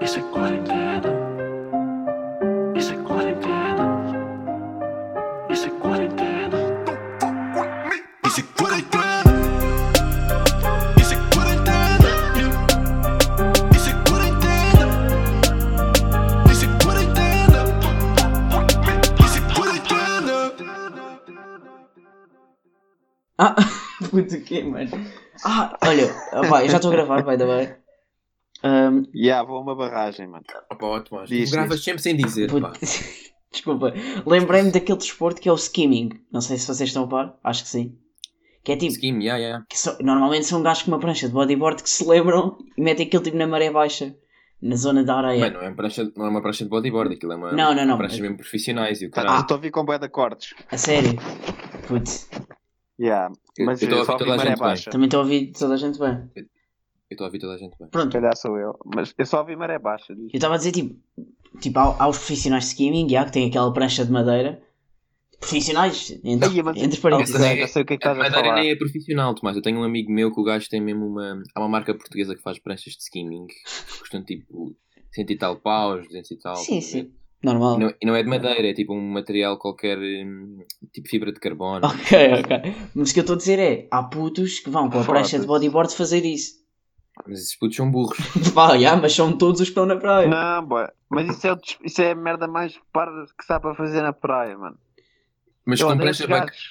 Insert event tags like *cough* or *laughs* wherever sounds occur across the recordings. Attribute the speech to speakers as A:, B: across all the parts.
A: Isso é quarentena. Isso é quarentena. Isso é quarentena. Isso é quarentena. Isso é quarentena. Isso é quarentena. Isso é quarentena. Isso é quarentena.
B: Ah, *laughs* puto o quê, mano? Ah, olha, ah, vai, eu já estou a gravar, by the way. Ahm,
C: Ya, vou a uma barragem, mano. Tá,
D: Opa, ó, Tomás,
C: Diz,
D: tu gravas sempre sem dizer,
B: puto-
D: pá.
B: *laughs* Desculpa, lembrei-me daquele desporto que é o skimming. Não sei se vocês estão a par, acho que sim. Que é tipo,
D: Skim, yeah, yeah.
B: que só- normalmente são gajos com uma prancha de bodyboard que se lembram e metem aquilo tipo na maré baixa, na zona da areia.
D: Mano, não é, uma prancha, não é uma prancha de bodyboard, aquilo é uma
B: Não, não, não.
D: pranchas mesmo profissionais e o
C: Estou
D: caralho.
C: a ouvir com bué de acordes.
B: A sério. Putz,
C: Ya, Mas
D: eu tô a
C: eu só
D: ouvir
C: ouvi
D: toda a
C: maré
D: gente bem.
C: baixa.
B: também estou a ouvir toda a gente bem.
D: Eu estou a ouvir toda a gente bem.
B: Pronto,
C: Se calhar sou eu. Mas eu só ouvi maré baixa. diz.
B: Eu estava a dizer, tipo, tipo há, há os profissionais de skimming, já, que têm aquela prancha de madeira. Profissionais, entre,
C: Ai, mas-
B: entre
C: Ah,
B: parênteses.
C: ok, Já sei o que é que
D: A
C: estás a
D: Madeira
C: falar.
D: nem é profissional, Tomás. Eu tenho um amigo meu que o gajo tem mesmo uma. Há uma marca portuguesa que faz pranchas de skimming que custam tipo 100 e tal paus, 200 e tal.
B: Sim,
D: estás a ver?
B: sim. Normal. *laughs*
D: E não, e não é de madeira, é tipo um material qualquer, hum, tipo fibra de carbono.
B: Ok, ok. Mas o que eu estou a dizer é, há putos que vão com a prancha de
C: Foda-se.
B: bodyboard fazer isso. *laughs*
D: Mas esses putos são burros.
B: Pá, já, mas são todos os que estão na praia.
C: Não, boy. Mas isso é, o des- isso é a merda mais parda que sabe para fazer na praia, mano.
D: Mas
C: eu
D: com,
C: odeio
D: prancha
C: esses
D: bac...
C: gajos.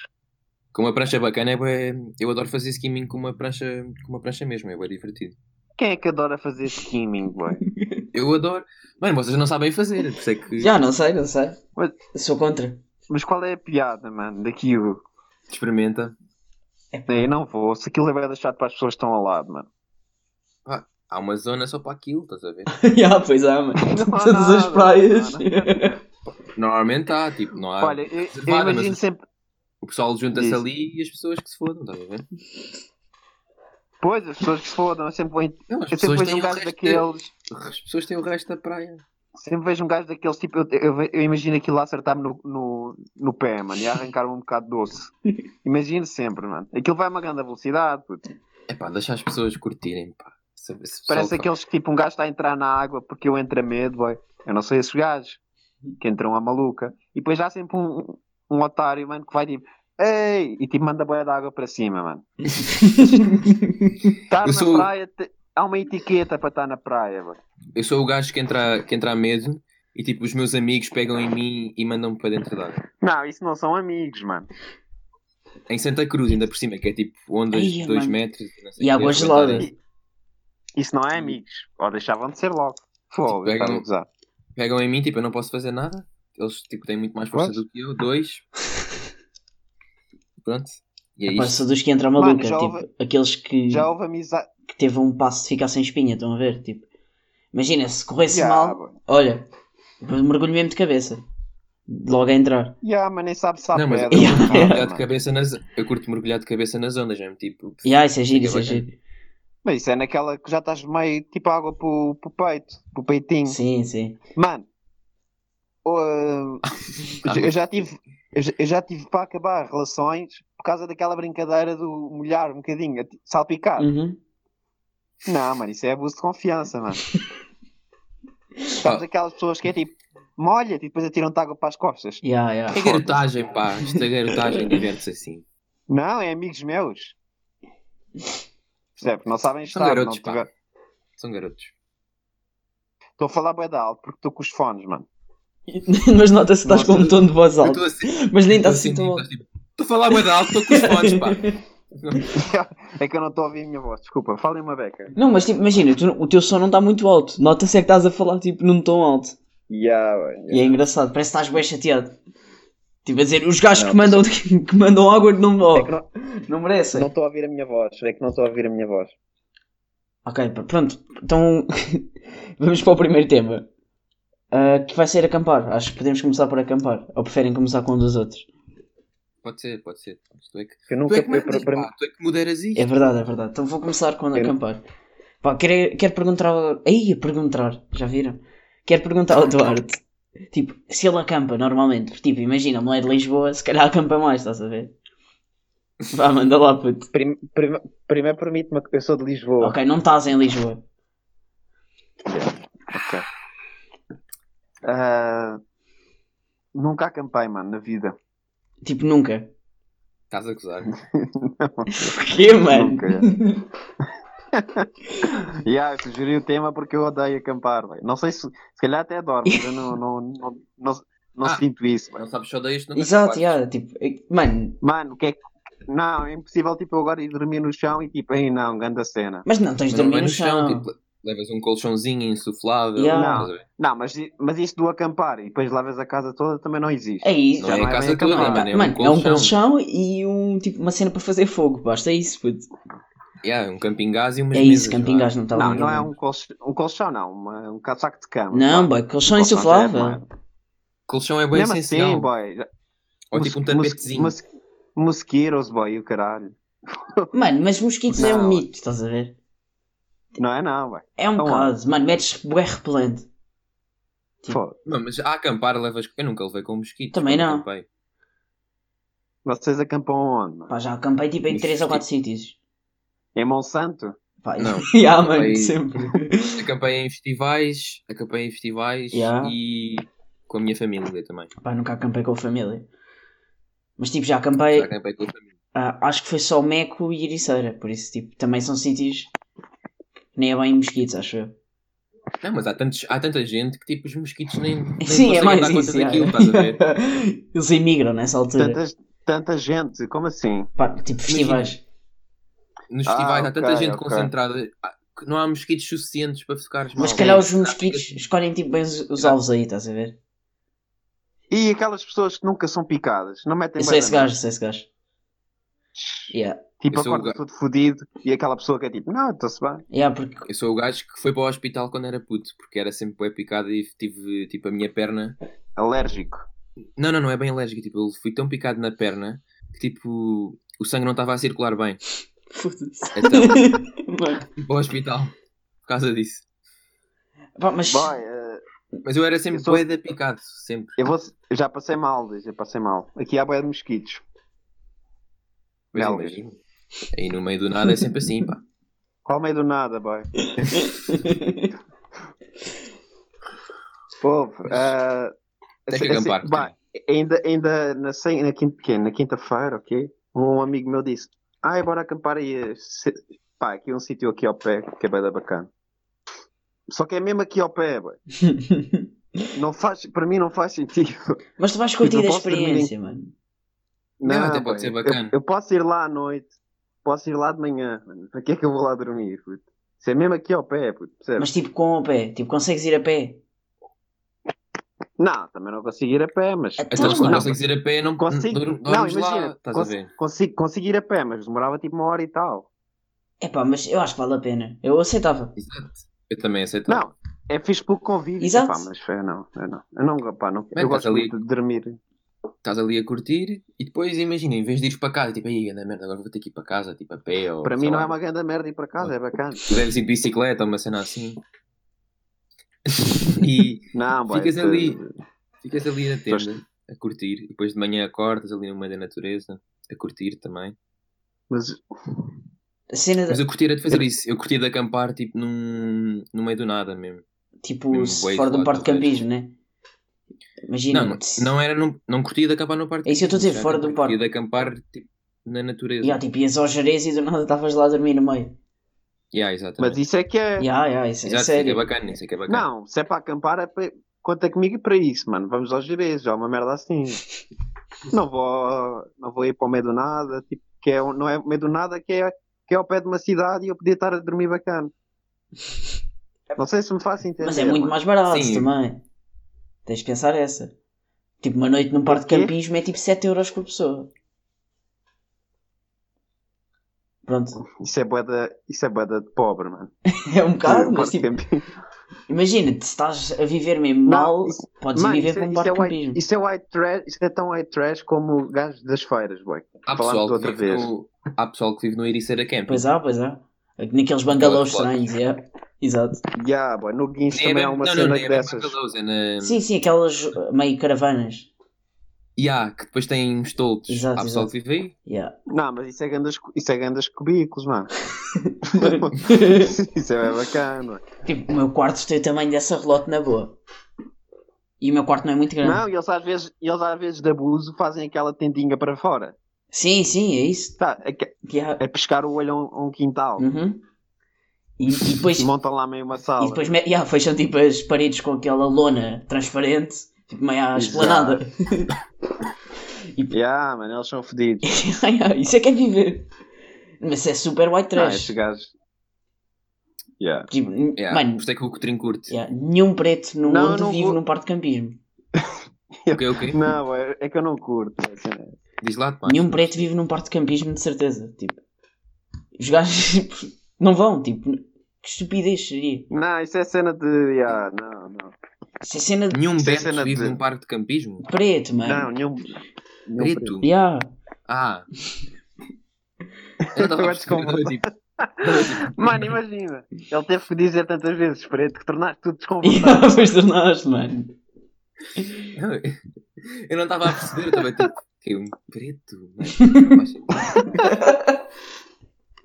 D: com uma prancha bacana, é bué- eu adoro fazer skimming com uma prancha, com uma prancha mesmo, é bem divertido.
C: Quem é que adora fazer skimming, boy?
D: Eu adoro. Mano, vocês não sabem fazer, por isso é que
B: Já, não sei, não sei.
C: Mas-
B: Sou contra. *laughs*
C: Mas qual é a piada, mano, daquilo?
D: experimenta.
C: Eu não vou. Se aquilo é bem chato para as pessoas que estão ao
B: *laughs*
C: lado, mano.
D: Há uma zona só para aquilo, estás a ver?
B: Já, pois há, mano.
C: Não há
B: Todas as
C: nada,
B: praias.
C: não há
D: Normalmente há, tipo, não há.
C: Olha, eu, eu
D: Vale, mas-
C: imagino sempre.
D: O pessoal junta-se
C: Diz.
D: ali e as pessoas que se fodam, estás a ver?
C: Pois, as pessoas que se fodam, eu sempre, vou-
D: Não, as
C: eu sempre
D: pessoas
C: vejo
D: têm
C: um
D: o
C: gajo
D: resto
C: daqueles.
D: As pessoas têm o resto da praia.
C: Sempre vejo um gajo daqueles tipo. Eu, eu, eu imagino aquilo a acertar-me no, no, no pé, mano, e a arrancar um bocado
D: *laughs*
C: doce. Imagino sempre, mano. Aquilo vai a uma grande velocidade, puto.
D: É pá, deixa as pessoas curtirem, pá. Se- se o pessoal
C: Parece
D: faz-
C: aqueles que tipo um gajo está a entrar na água porque eu entro a medo, boy. Eu não sou esses gajos que entram à maluca. E depois há sempre um, um otário, mano, que vai tipo. Ei! E tipo manda a boia de água para cima,
D: *laughs*
C: mano. Estar
D: Eu
C: na
D: sou-
C: praia, te- há uma etiqueta para estar na praia, boy.
D: Eu sou o gajo que entra, que entra a medo e tipo os meus amigos pegam em mim e mandam-me para dentro da água.
C: Não, isso não são amigos, mano.
D: Em Santa Cruz, ainda por cima, que é tipo ondas
B: Ai,
D: de 2
B: mano.
D: metros. não sei
B: E
D: o quê,
B: água
D: arrebentarem.
B: gelada.
C: Isso não é amigos. Ou deixavam de ser logo. Foda-se,
D: Tipo,
C: para de gozar.
D: Pegam em mim, tipo, eu não posso fazer nada. Eles tipo, têm muito mais força
C: Pois.
D: do que eu, dois.
B: *laughs*
D: Pronto. E é
B: Pá,
D: isso.
B: sou dos que entram
C: Mano,
B: maluca.
C: já
B: tipo,
C: houve-
B: aqueles que,
C: Já
D: Hum.
C: houve amizade.
B: que teve um passo de ficar sem espinha, estão a ver? Tipo, imagina, se corresse
C: Ya,
B: mal,
C: boy.
B: olha, mergulho mesmo de cabeça. Logo a entrar.
C: Ya, mas nem sabe se há
D: Não, mas eu
C: pedra.
D: curto,
B: Yeah.
C: *laughs*
D: mergulhar
B: *laughs*
D: de
C: mano.
D: cabeça nas... eu curto mergulhar de cabeça nas ondas, mesmo tipo.
B: E ah, isso é giro, isso é giro.
C: Mas isso é naquela que já estás meio tipo água pro, pro peito, pro peitinho.
B: Sim, sim.
C: Mano,
D: *laughs*
C: o- eu já tive, eu já- eu já tive para acabar relações por causa daquela brincadeira do molhar um bocadinho, ati- salpicar.
B: Uhum.
C: Não, mano, isso é abuso de confiança,
D: *laughs*
C: mano. Sabes aquelas pessoas que é tipo, molha e depois atiram-te água para as costas.
B: Ya, ya.
D: *laughs* É garotagem, pá. Isto é garotagem, diverte-se assim.
C: Não, é amigos meus. Percebe? Não sabem
D: São
C: estar. não
D: garotos, pá.
C: tiver-
D: São garotos.
C: Estou a falar bué da alto porque estou com os fones, mano.
B: Mas nota-se que estás com um
D: Nossa.
B: tom de voz
D: Eu
B: alto.
D: estou assim.
B: Mas nem
D: Estou
B: estás assim
D: assim,
B: tão
D: tipo,
B: alto.
D: estou tipo, estou a falar bué de alto, estou com os fones, pá.
B: *laughs*
C: É que eu não estou a ouvir a minha voz. Desculpa, falem uma beca.
B: Não, mas tipo, imagina, tu- o teu som não está muito alto. Nota-se é que estás a falar tipo num tom alto.
C: Yeah, ué,
B: E é engraçado, parece que estás bem chateado. Tipo a dizer, os gajos
C: Não,
B: que mandam, que mandam água não, oh,
C: É que não-
B: não merecem.
C: não estou a ouvir a minha voz. É que não estou a ouvir a minha voz.
B: Ok, pr- pronto. Então *laughs* vamos para o primeiro tema. Ah, que vai ser acampar. Acho que podemos começar por acampar. Ou preferem começar com um dos outros?
D: Pode ser, pode ser. Tu é que,
C: Eu
D: tu
C: nunca
D: é que
C: fui
D: mandas,
C: para, para
D: pá. Tu é que moderas isto.
B: É verdade, é verdade. Então vou começar com
C: Quero-
B: acampar. Pá, quero, quero perguntar ao. Aí, perguntar, já viram? Quero perguntar ao Duarte. Tipo, se ele acampa normalmente, porque tipo, imagina, a mulher de Lisboa, se calhar acampa mais, estás a ver? Vá, manda lá, puto.
C: Prim- prim- primeiro permite-me que eu sou de Lisboa.
B: Ok, não estás em Lisboa.
C: Ok. Ah, nunca acampei, mano, na vida.
B: Tipo, nunca.
D: Estás a gozar.
B: Porquê, mano?
C: Nunca.
B: *laughs*
C: yeah, eu sugeri o tema porque eu odeio acampar, velho. Não sei se. Se calhar até adoro, mas
B: *laughs*
C: eu não, não, não, não, não
D: Ah.
C: sinto isso,
D: Não
C: velho.
D: sabes só daí isto nunca
B: Exato,
D: acabaste.
B: yeah, tipo, eh, mano,
C: Mano, o que é que. Não, é impossível, tipo, eu agora ir dormir no chão e tipo, ei não, grande cena.
B: mas não tens
D: Mas
B: de
D: não
B: dormir
D: vai
B: no chão.
D: tipo, levas um colchãozinho insuflável.
B: Yeah.
D: estás a ver?
C: Não, mas, i- mas isso do acampar e depois lavas a casa toda também não existe.
B: É isso.
D: Não é
C: não
D: a
C: é
D: casa
C: bem
D: toda,
C: acampar.
D: mano. É um
B: mano,
D: colchão.
B: é um colchão e um, tipo, uma cena para fazer fogo, basta isso, puto.
D: Yeah, um camping gás e umas
B: é
D: mesas.
B: isso, camping
D: não é?
B: gás não está
C: Não,
B: bem.
C: não é um colchão, um colchão não, uma- um casaco de cama.
B: Não,
C: pá.
B: boy, colchão
C: Colchão já é
B: insuflável.
C: demais.
D: Colchão é bem
C: Mesmo
D: essencial.
C: assim, boy. já-
D: Ou tipo um
C: mos- mos-
D: tapetezinho.
C: mos- Mosquitos, boy, o caralho.
B: Mano, mas mosquitos é um
C: Não.
B: mito, estás a ver?
C: Não é não, boy.
B: É um
C: Então,
B: caso, mano, metes bué repelente. Tipo,
C: Foda.
D: Não, mas a acampar levas. Eu nunca levei com mosquitos.
B: Também
D: quando
B: não.
D: acampei.
C: Vocês acampam onde, mano?
B: Pá, já acampei tipo em
D: Isso,
B: 3 ou 4 sítios.
C: Em Monsanto?
B: Pá, *laughs*
D: Não.
B: yeah, mano,
D: Aí-
B: sempre.
D: Acampei em festivais. Acampei em festivais
B: Yeah.
D: e com a minha família também.
B: Pá, nunca acampei com a família. Mas tipo, já acampei,
D: Já acampei com a família.
B: ah, acho que foi só Meco e Ericeira, por isso tipo, também são sítios. Nem é bem mosquitos, acho eu.
D: Não, mas há, tantos, há tanta gente que tipo os mosquitos nem.
B: *laughs*
D: nem
B: Sim, é
D: conseguem
B: mais
D: dar conta
B: isso.
D: daquilo,
B: yeah.
D: estás a ver?
B: *laughs* Eles emigram nessa altura.
C: Tanta, tanta gente, como assim?
B: Pá, tipo festivais.
C: *laughs*
D: Nos
C: Ah,
D: festivais há
C: ok,
D: tanta gente
C: ok.
D: concentrada ah, que não há mosquitos suficientes para ficares mal.
B: Mas se calhar os
D: Fica-
B: mosquitos escolhem tipo bem os, os alvos aí, estás a ver?
C: E aquelas pessoas que nunca são picadas, não metem
B: Eu sou
C: bué
B: esse
C: da
B: gajo, sou esse gajo. Yeah.
C: Tipo,
D: Eu sou o
C: acorda
D: ga-
C: todo fodido e aquela pessoa que é tipo, não, estou-se bem.
B: Yeah, porque
D: Eu sou o gajo que foi para o hospital quando era puto, porque era sempre bué picado e tive tipo a minha perna.
C: Alérgico.
D: Não, não, não é bem alérgico. Tipo, eu fui tão picado na perna que tipo o sangue não estava a circular bem.
B: Foda-se.
D: Então
C: *laughs*
B: Mano.
D: fui para o hospital por causa disso.
B: Pá, mas
C: Boy, eh,
D: Mas eu era sempre
C: Eu sou-
D: bué da picado, sempre.
C: eu, vou, eu já passei mal, Luís, eu passei mal. Aqui há boia de mosquitos.
D: Mas
C: Não.
D: imagina. Aí no meio do nada é sempre
C: *laughs*
D: assim, pá.
C: Qual meio do nada, boy?
D: *laughs*
C: Povo, eh,
D: Tem que
C: assim-
D: acampar.
C: bah, ainda ainda na, sem- na quinta, quê? na quinta-feira, ok? Um amigo meu disse: Ai, bora acampar aí. eh, se- Pá, aqui um sítio aqui ao pé que é bem da bacana. Só que é mesmo aqui ao pé, boy. Não faz, para mim não faz sentido.
B: *laughs*
C: *laughs*
B: mas tu vais curtir a
C: Tipo, eu posso dormir em-
B: experiência, mano.
D: Não, até pode
C: boy,
D: ser
C: eu-
D: bacana.
C: Eu, posso ir lá à noite, posso ir lá de manhã. Mano. Para que é que eu vou lá dormir? Puto? Isso é mesmo aqui ao pé, puto, percebes?
B: Mas tipo com o pé, tipo consegues ir a pé.
C: Não, também não consigo ir a pé, mas.
B: Então,
D: Então, se não
B: mano.
D: consegues ir a pé, não
C: Consigo.
D: dur-
C: Não,
D: dormes lá,
C: imagina.
D: estás a
C: cons-
D: ver?
C: Consigo, consigo ir a pé, mas demorava tipo uma hora e tal.
B: É pá, mas eu acho que vale a pena. Eu aceitava.
D: Exato. Eu também aceito.
C: Não, é fixe pelo convívio.
B: Exato.
C: Pá, mas é, não, é, não. Eu não, pá, não.
D: Bem,
C: Eu gosto
D: estás
C: muito de dormir.
D: Estás ali a curtir e depois imagina, em vez de ires para casa, tipo, aí, anda merda, agora vou ter que ir para casa, tipo, a pé ou.
C: Para
D: sei
C: mim não
D: lá,
C: é uma grande merda ir para casa, é bacana.
D: Deves ir de bicicleta, uma cena
B: *laughs*
D: assim. e
C: Não, é boy,
D: Ficas
C: te-
D: ali. ficas ali na tenda a curtir. Depois de manhã acordas ali no meio da natureza a curtir também.
C: Mas
B: A cena
D: Mas
B: de,
D: eu curtir a de fazer isso. Eu curti de acampar tipo num, no meio do nada mesmo.
B: tipo
D: mesmo
B: se
D: bué
B: fora de um parque
D: isolado,
B: de
D: talvez.
B: campismo, né? Imagina.
D: Não, não, não era num, não curti de acampar no parque.
B: É isso que eu estou a dizer,
D: Já
B: fora do
D: acampei. Curti de acampar tipo na natureza.
B: E ah, tipo, ias ao Jerez e do nada estavas lá a dormir no meio.
D: Yeah, exatamente.
C: Mas isso é que é.
B: Ya, ya, isso é
D: Exato, isso é que é
B: sério.
D: bacana, isso é que é bacana.
C: Não, se é para acampar, é para... conta comigo para isso, mano. Vamos aos gerês, já uma merda
B: *laughs*
C: assim. não, vou, não vou ir para o meio do nada, tipo, que é, um- não é meio do nada, que é, que é ao pé de uma cidade e eu podia estar a
B: *laughs*
C: dormir bacana. Não sei se me faço entender.
B: Mas é muito
C: mano.
B: mais barato
D: Sim.
B: também. Tens de pensar essa. Tipo, uma noite num parque de
C: quê?
B: campismo é tipo 7 euros por pessoa. Pronto.
C: Isso é boeda, isso é boeda de pobre, mano.
B: *laughs* É um bocado, mas
C: Parque
B: tipo,
C: campi-
B: imagina-te, se estás a viver mesmo
C: Não,
B: mal,
C: isso-
B: podes ir
C: Mano,
B: viver
C: isso,
B: com
C: é-
B: um
C: isso
B: parque
C: é
B: de
C: white,
B: campismo.
C: isso é white trash, isso é tão white trash como o gajo das feiras, boy.
D: Há
C: Falámos
D: Ah, pessoal, que
C: outra
D: vive
C: vez.
D: no, há pessoal que vive no Ericeira Camp.
B: Pois há, pois há. Naqueles bangalôs
D: Aquelas
B: estranhos, é. Exato.
C: Yeah, boy. No Guincho
D: Nem é
C: também há
D: bem-
C: uma
D: não,
C: cena
D: não, nem é bem
C: dessas.
D: bungalows, é na...
B: Sim, sim, aquelas uh, meio caravanas.
D: E há, que depois tem uns toldos.
B: Exato,
D: há pessoal
B: exato.
D: que vive aí.
C: *laughs*
B: Yeah.
C: Não, mas isso é grandes, isso é grandes cubículos,
D: *laughs*
C: mano. *laughs* isso é bem bacana.
B: Tipo, o meu quarto tem o tamanho dessa relote na boa. E o meu quarto não é muito grande.
C: Não, e eles às vezes, eles às vezes de abuso fazem aquela tendinha para fora.
B: Sim, sim, é isso.
C: Tá, a,
B: Yeah.
C: a pescar o olho a um, a um quintal.
B: Uhum. E, e depois,
C: E montam lá meio uma sala.
B: e depois me- yeah, fecham tipo as paredes com aquela lona transparente, tipo meio à
C: Exato.
B: esplanada.
C: Yeah, mano, eles são fodidos.
B: *laughs*
C: Ah,
B: isso é que é viver. Mas é super white
C: Não,
B: trash.
C: estes gajos. Yeah.
B: Tipo, n-
D: Yeah,
B: Mano,
D: por isso é que o Coutrinho curte.
B: yeah, nenhum preto no
C: Não,
B: mundo
C: não
B: vive
C: vou-
B: num parque de campismo.
D: Ok, ok.
C: Não, é, é que eu não curto. é assim, é.
D: Diz lá, pá.
B: Nenhum preto vive num parque de campismo, de certeza. Tipo, os gajos *laughs* não vão, tipo, que estupidez seria.
C: Não, isso é cena de. Yeah, não, não.
B: Isso é cena de
D: Nenhum
C: Isso é
D: Beto
C: cena
D: vive
C: de-
D: num parque de campismo?
B: preto, mano.
C: Não, nenhum. nenhum
B: *laughs*
D: Preto?
B: Yeah.
C: *laughs*
D: Ah. Eu estava
C: Eu
D: a
C: acho
D: perceber,
C: que é um-
D: tipo,
C: preto. Mano, imagina. Ele teve que dizer tantas vezes preto que tornaste tudo desconfortável.
B: *laughs* Yeah, pois tornaste, mano.
D: Eu não estava a perceber, eu estava tipo, que um preto?
C: *laughs*
D: Mano, não faz sentido.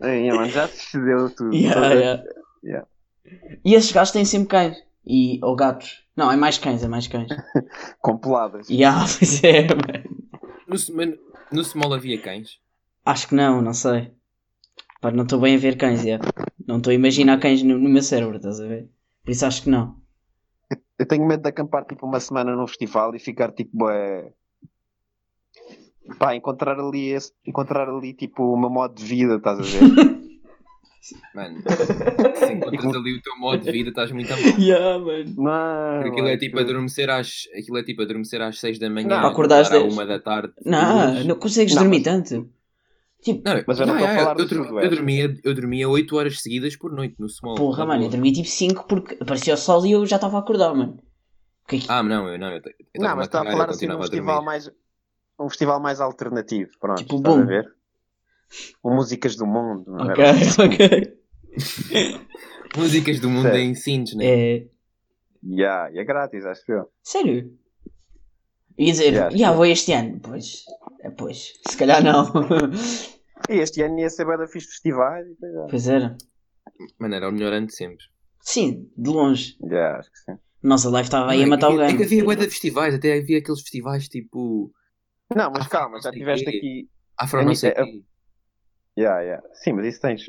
C: Ei, mano, já se cedeu tudo.
B: Yeah,
C: Toda-
B: yeah.
C: Yeah.
B: E esses gajos têm sempre cães. E, ou gatos. Não, é mais cães, é mais
C: *laughs*
B: cães.
C: Com peladas.
B: Yeah, *laughs* pois é, mano.
D: No, mano, no Small havia cães.
B: Acho que não, não sei. Pá, não estou bem a ver cães, yeah. Não estou a imaginar cães no, no meu cérebro, estás a ver? Por isso acho que não.
C: Eu tenho medo de acampar tipo uma semana num festival e ficar tipo. É... Pá, encontrar ali, esse- encontrar ali tipo o meu modo de vida, estás
B: *laughs*
C: a ver?
D: Mano,
C: *laughs*
D: se encontras ali o teu modo de vida, estás muito a mal.
B: Yeah, mano.
C: Não,
D: Porque aquilo é
C: mano,
D: tipo
C: que-
D: adormecer às. Aquilo é tipo adormecer às 6 da manhã.
C: Não. Para
B: acordar às
D: acordar à
B: 10.
D: 1 da tarde.
B: Não,
D: duas.
B: não consegues
C: Não,
B: dormir
C: mas-
B: tanto.
D: Não, eu-
C: Mas eu não estou a falar do
D: eu, dur-
C: Sudoeste.
D: eu dormia, eu dormia 8 horas seguidas por noite no small.
B: Porra,
D: na
B: mano, eu
D: boa.
B: dormi tipo 5 porque aparecia o sol e eu já estava a acordar, mano. é Porque aqui-
D: Ah, não, eu não. Eu, te- eu
C: Não,
D: tava-me
C: mas está a
D: cagar, eu
C: falar assim de um
D: continuava a
C: festival
D: dormir.
C: mais. Um festival mais alternativo, pronto.
B: Tipo
C: estás
B: Boom.
C: a ver? Ou músicas do mundo. não é?
B: ok, *laughs* ok.
D: Músicas do mundo
C: Sério.
D: em cintos, né?
B: É,
C: Yeah, e é grátis, acho que eu.
B: sério. Ia dizer,
C: Yeah,
B: já vou este ano. Pois, é, pois, se calhar não.
C: E este ano ia ser bem da fixe festivais. e tal.
B: pois era.
D: Mano, era o melhor ano de sempre.
B: Sim, de longe.
C: Yeah, acho que sim.
B: Nossa live estava aí a
D: Não, é
B: matar
D: que-
B: alguém.
D: É que havia bué de festivais, até havia aqueles festivais tipo.
C: Não, mas
D: Ah,
C: calma,
D: não
C: já
D: sei
C: tiveste
D: quê.
C: aqui.
D: Afro
C: É
D: não
C: nisso,
D: sei
C: é-
D: quê.
C: Yeah, yeah. Sim, mas isso tens.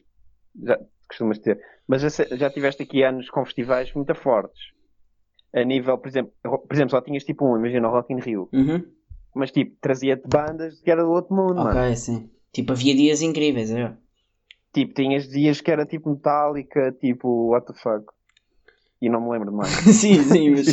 C: Já costumas ter. Mas já se- já tiveste aqui anos com festivais muito fortes. A nível, por exemplo, ro- por exemplo, só tinhas tipo um, imagina o Rock in Rio.
B: Uhum.
C: Mas tipo, trazia-te bandas que era do outro mundo, mano.
B: Ok, sim. Tipo, havia dias incríveis, é.
C: Tipo, tinhas dias que era tipo metálica, tipo, what the fuck. E não me lembro
B: *laughs*
C: de
B: *laughs*
C: mais.
B: sim, sim, mas...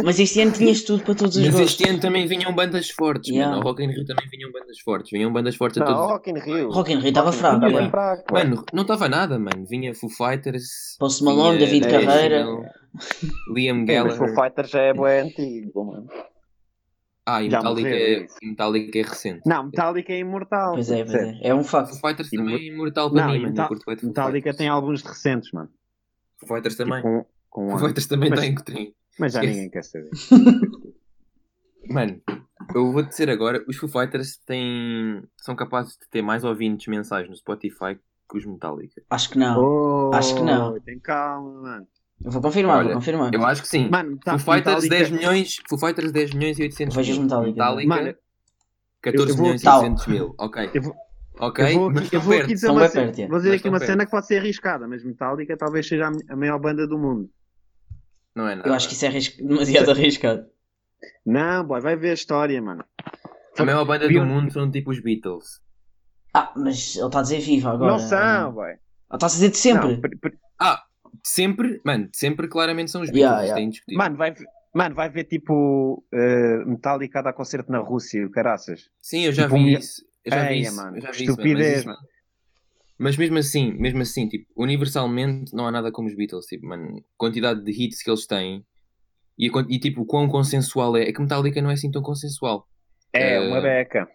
B: *laughs* mas este ano tinhas tudo para todos os
D: Mas
B: gostos.
D: este ano também vinham bandas fortes,
B: Yeah.
D: mano. Ao Rock in Rio também vinham bandas fortes. Vinham bandas fortes a
C: Não, o
D: todos.
C: Rock in Rio.
B: Rock in Rio estava
C: Rock in
B: fraco,
C: Rio
D: yeah.
C: tava fraco, mano.
D: Mano, não estava nada, mano. Vinha Foo Fighters.
B: Post Malone,
D: vinha
B: David
D: Death
B: Carreira.
D: Note, Liam
C: Sim, mas o
D: Gallagher.
C: Fighter já é bué antigo, mano.
D: Ah, e
C: Já
D: Metallica,
C: morreu
D: é,
C: isso.
D: e Metallica é recente.
C: Não, Metallica é imortal.
B: Pois é, pois
C: percebes?
B: é. É um
D: Foo
B: facto.
D: Fighters
C: E
D: também é imortal
C: Não,
D: para
C: e
D: mim, mano.
C: Metal-
D: Eu curto bué de Foo
C: Metallica
D: Fighters.
C: tem alguns recentes, mano.
D: Foo Fighters
C: Tipo,
D: também.
C: com, com um
D: Foo
C: ano.
D: Fighters também
C: Mas-
D: tem Coutrinho.
C: Mas já
D: Esquece.
C: ninguém quer saber.
D: Mano, eu vou dizer agora, os Foo Fighters têm... são capazes de ter mais ouvintes mensais no Spotify que os Metallica.
B: Acho que não.
C: Oh,
B: acho que não.
C: Tem calma, mano.
B: Eu Vou confirmar,
D: Olha,
B: vou confirmar.
D: Eu acho que sim.
C: Mano,
D: Foo
C: Meta-
D: Fighters
C: Metallica-
D: 10 milhões, Foo Fighters 10 milhões e 800
B: Vejo
D: mil.
B: os Metallica.
C: Mano,
D: 14
C: eu vou-
D: milhões e
B: Tal.
D: 800 mil. Ok.
C: Eu vou-
D: Ok,
C: Eu vou,
D: mas
C: aqui, eu vou aqui dizer
B: estão
C: uma,
B: bem
C: cena,
B: perto, é.
C: vou dizer
D: Mas
C: aqui
D: estão
C: uma
D: perto.
C: cena que pode ser arriscada, mas Metallica talvez seja a- a maior banda do mundo.
D: Não é nada.
B: Eu acho que isso é arrisca- demasiado arriscado.
C: Não, boy, vai ver a história, mano.
D: A maior banda do
C: Beyoncé-
D: mundo são tipo os Beatles.
B: Ah, mas ele está a dizer viva agora.
C: não são, boy.
B: Ele está a dizer de sempre.
C: Não, per- per-
D: De sempre, mano, de sempre claramente são os Beatles.
B: Yeah,
D: isto
B: yeah.
D: é indiscutível.
C: Mano, vai, ver- mano, vai ver tipo eh, Metallica a dar concerto na Rússia, o caraças.
D: Sim, eu já
C: Tipo,
D: vi
C: um-
D: isso. Eu já vi
C: Eia,
D: isso.
C: mano,
D: eu já vi
C: estupidez,
D: isso, mano, mas, isso- mas mesmo assim, mesmo assim, tipo, universalmente não há nada como os Beatles, tipo, mano, quantidade de hits que eles têm e, a quan- e, tipo, o quão consensual é. É que Metallica não é assim tão consensual.
C: É,
D: Eh,
C: uma beca.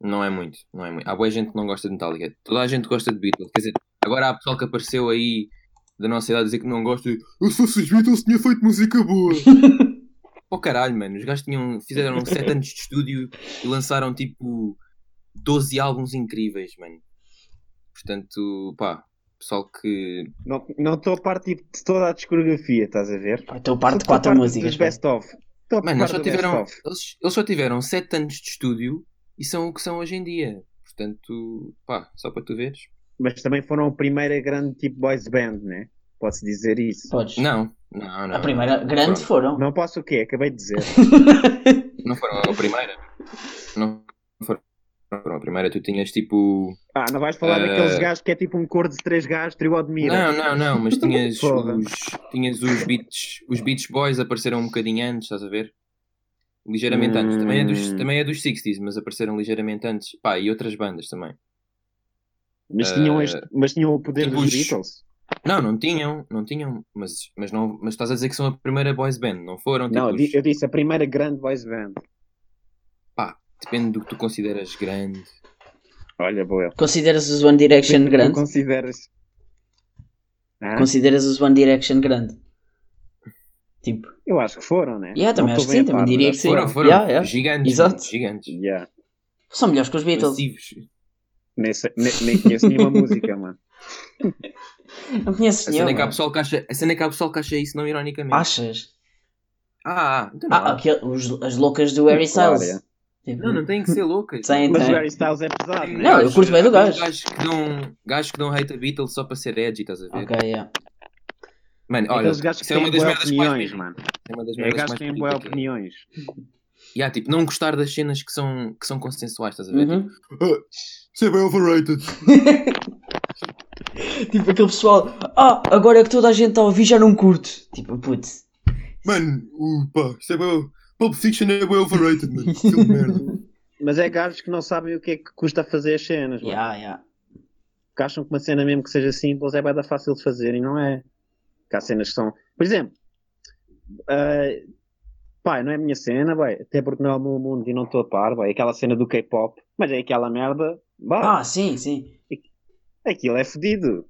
D: Não é muito, não é muito. Há boa gente que não gosta de Metallica. Toda a gente gosta de Beatles. Quer dizer, agora há pessoal que apareceu aí da nossa idade a dizer que não gosta. de, Eu se fosse os Beatles tinha feito música boa. Pô caralho, mano. Os gajos tinham, fizeram 7 anos de estúdio e lançaram tipo 12 álbuns incríveis, mano. Portanto, pá, pessoal que.
C: Não não estou a partir de toda a discografia, estás a ver?
B: Estou a então parte de
C: Estou a
B: quatro
C: partir
B: músicas.
C: Dos best of. Top
D: Mano, eles
C: par
D: só
C: do
D: tiveram,
C: best of.
D: eles, eles só tiveram 7 anos de estúdio e são o que são hoje em dia. Portanto, pá, só para tu veres.
C: Mas também foram a primeira grande tipo boys band, né? Posso dizer isso?
B: Podes.
D: Não, não, não.
B: a primeira grande
D: Não,
B: foram.
C: Não posso o quê? Acabei
B: *laughs*
C: de dizer.
D: não foram a primeira. Não foram, não foram a primeira. Tu tinhas tipo.
C: Ah, não vais falar
D: Eh,
C: daqueles gajos que é tipo um cor de três gajos, trio de mira.
D: Não, não, não, mas
C: *laughs*
D: tinhas
C: Porra.
D: os, tinhas os Beach, os Beach Boys apareceram um bocadinho antes, estás a ver? Ligeiramente antes. Também é, dos,
C: Hum.
D: também é dos 60s, mas apareceram ligeiramente antes. Pá, e outras bandas também.
C: Mas, tinham
D: eh,
C: este, mas tinham o poder
D: tipo
C: dos
D: os-
C: Beatles.
D: Não, não tinham, não tinham, mas, mas, não, mas estás a dizer que são a primeira boys band, não foram?
C: Não, eu
D: tipo, os-
C: di- eu disse a primeira grande boys band.
D: Depende do que tu consideras grande.
C: Olha, boa.
B: Consideras os One Direction
C: Tu
B: grande?
C: consideras. Ah,
B: Consideras os One Direction grande? Tipo,
C: Eu acho que foram, né?
B: Yeah, também
C: Não
B: acho
C: estou bem
B: que sim,
C: a par,
B: também diria
C: mas
B: que sim.
D: Foram,
C: foram.
D: foram
B: Yeah, yeah.
D: gigantes,
B: Exato.
D: mano, gigantes.
C: Yeah.
B: são melhores que os Beatles.
D: Massivos.
C: Nem, sei- nem, nem conheço nenhuma música, mano.
B: Não conheces
D: A cena, é que há
B: nenhuma.
D: pessoal que acha, a cena é que há pessoal que acha isso não ironicamente.
B: Achas?
D: Ah, ah, então não.
B: Ah,
D: há.
B: aquele, os- as loucas do Harry
C: Claro,
B: Styles.
C: é.
B: Tipo,
D: Não, não tem que ser loucas.
B: Tem,
C: Mas
B: tem.
C: o Harry Styles é pesado, né?
B: Então. Não, eu curto bem do gajo.
D: Gajos que dão, gajos que dão hate a Beatles só para ser edgy, estás a ver?
B: Ok, yeah.
D: Mano, olha,
C: Aqueles gajos que
D: isso é uma
C: têm
D: das
C: boas
D: merdas que mais
C: opiniões,
D: me-
C: mano.
D: É uma das
C: É
D: merdas que
C: gajos
D: mais
C: que têm
D: me
C: boas
D: irrita, que é.
C: opiniões.
D: E há, tipo, não gostar das cenas que são, que são consensuais, estás a ver?
B: Uhum.
D: Isso é bem overrated.
B: Tipo aquele pessoal, ah, agora é que toda a gente está a ouvir já não curto. Tipo, putz.
D: Mano, uh, pá, isso é bem... Pulp Fiction é bem overrated, mano. Filme de merda.
C: Mas é gajos que não sabem o que é que custa fazer as cenas, mano.
B: Yeah, yeah.
C: que acham que uma cena mesmo que seja simples é bada fácil de fazer e não é. Que há cenas que são. Por exemplo, ah, pá, não é a minha cena, vai, até porque não é o meu mundo e não estou a par, vai, aquela cena do K-pop, mas é aquela merda, bah,
B: Ah, sim, sim.
C: aquilo é fedido.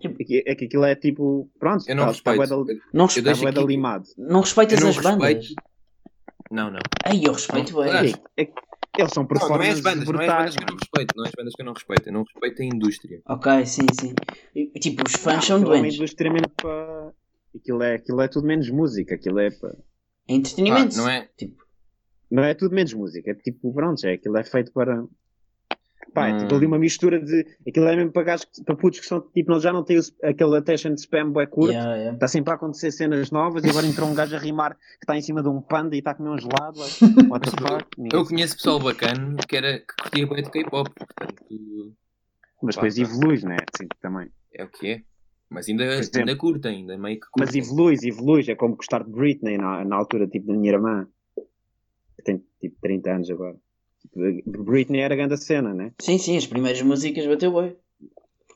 B: Tipo-
C: É que- É que aquilo é tipo, pronto,
D: Eu não
C: está
D: respeito.
C: bué
B: Não, respe...
D: Eu deixo
C: da
D: aqui-
C: limado.
B: não respeitas
D: Eu não
B: as bandas.
D: respeito. Não, é não.
B: Ai, eu respeito
D: Não,
B: bem.
D: claro.
C: É que- é que eles são
D: Não, não é
C: performances
D: as bandas, não é as
C: brutais.
D: bandas que eu não
C: mano.
D: respeito. Não é as bandas que eu não respeito. Eu não respeito a indústria.
B: Ok, sim, sim. E, Tipo, os
D: Ah,
B: fãs são
C: Aquilo é uma
B: doentes.
C: indústria mesmo para. Aquilo é, aquilo é tudo menos música, aquilo é para.
B: É
D: Pá,
B: entretenimento.
D: não é?
B: Tipo,
C: Não é tudo menos música, é tipo, pronto, é aquilo é feito para. Pá, é
D: Hum.
C: tipo ali uma mistura de. Aquilo é mesmo para gajos, que- para putos que são tipo, não, já não têm o sp- aquele attention de spam bué curto. Está
B: yeah, yeah.
C: sempre a acontecer cenas novas e agora entrou um gajo a rimar que está em cima de um panda e está a comer
B: *laughs*
C: um gelado. like, What the fuck? Ninguém-
D: Eu conheço pessoal bacana que, era, que curtia bem de K-pop. Portanto,
C: Mas depois evoluís, né? Sim, também.
D: é o que é. Mas ainda,
C: exemplo.
D: ainda curta, ainda meio que curta.
C: Mas evoluís, evoluís. É como gostar de Britney na, na altura, tipo, da minha irmã. Que tem tipo 30 anos agora. Tipo, Britney era a grande cena, né?
B: Sim, sim, as primeiras músicas bateu bem.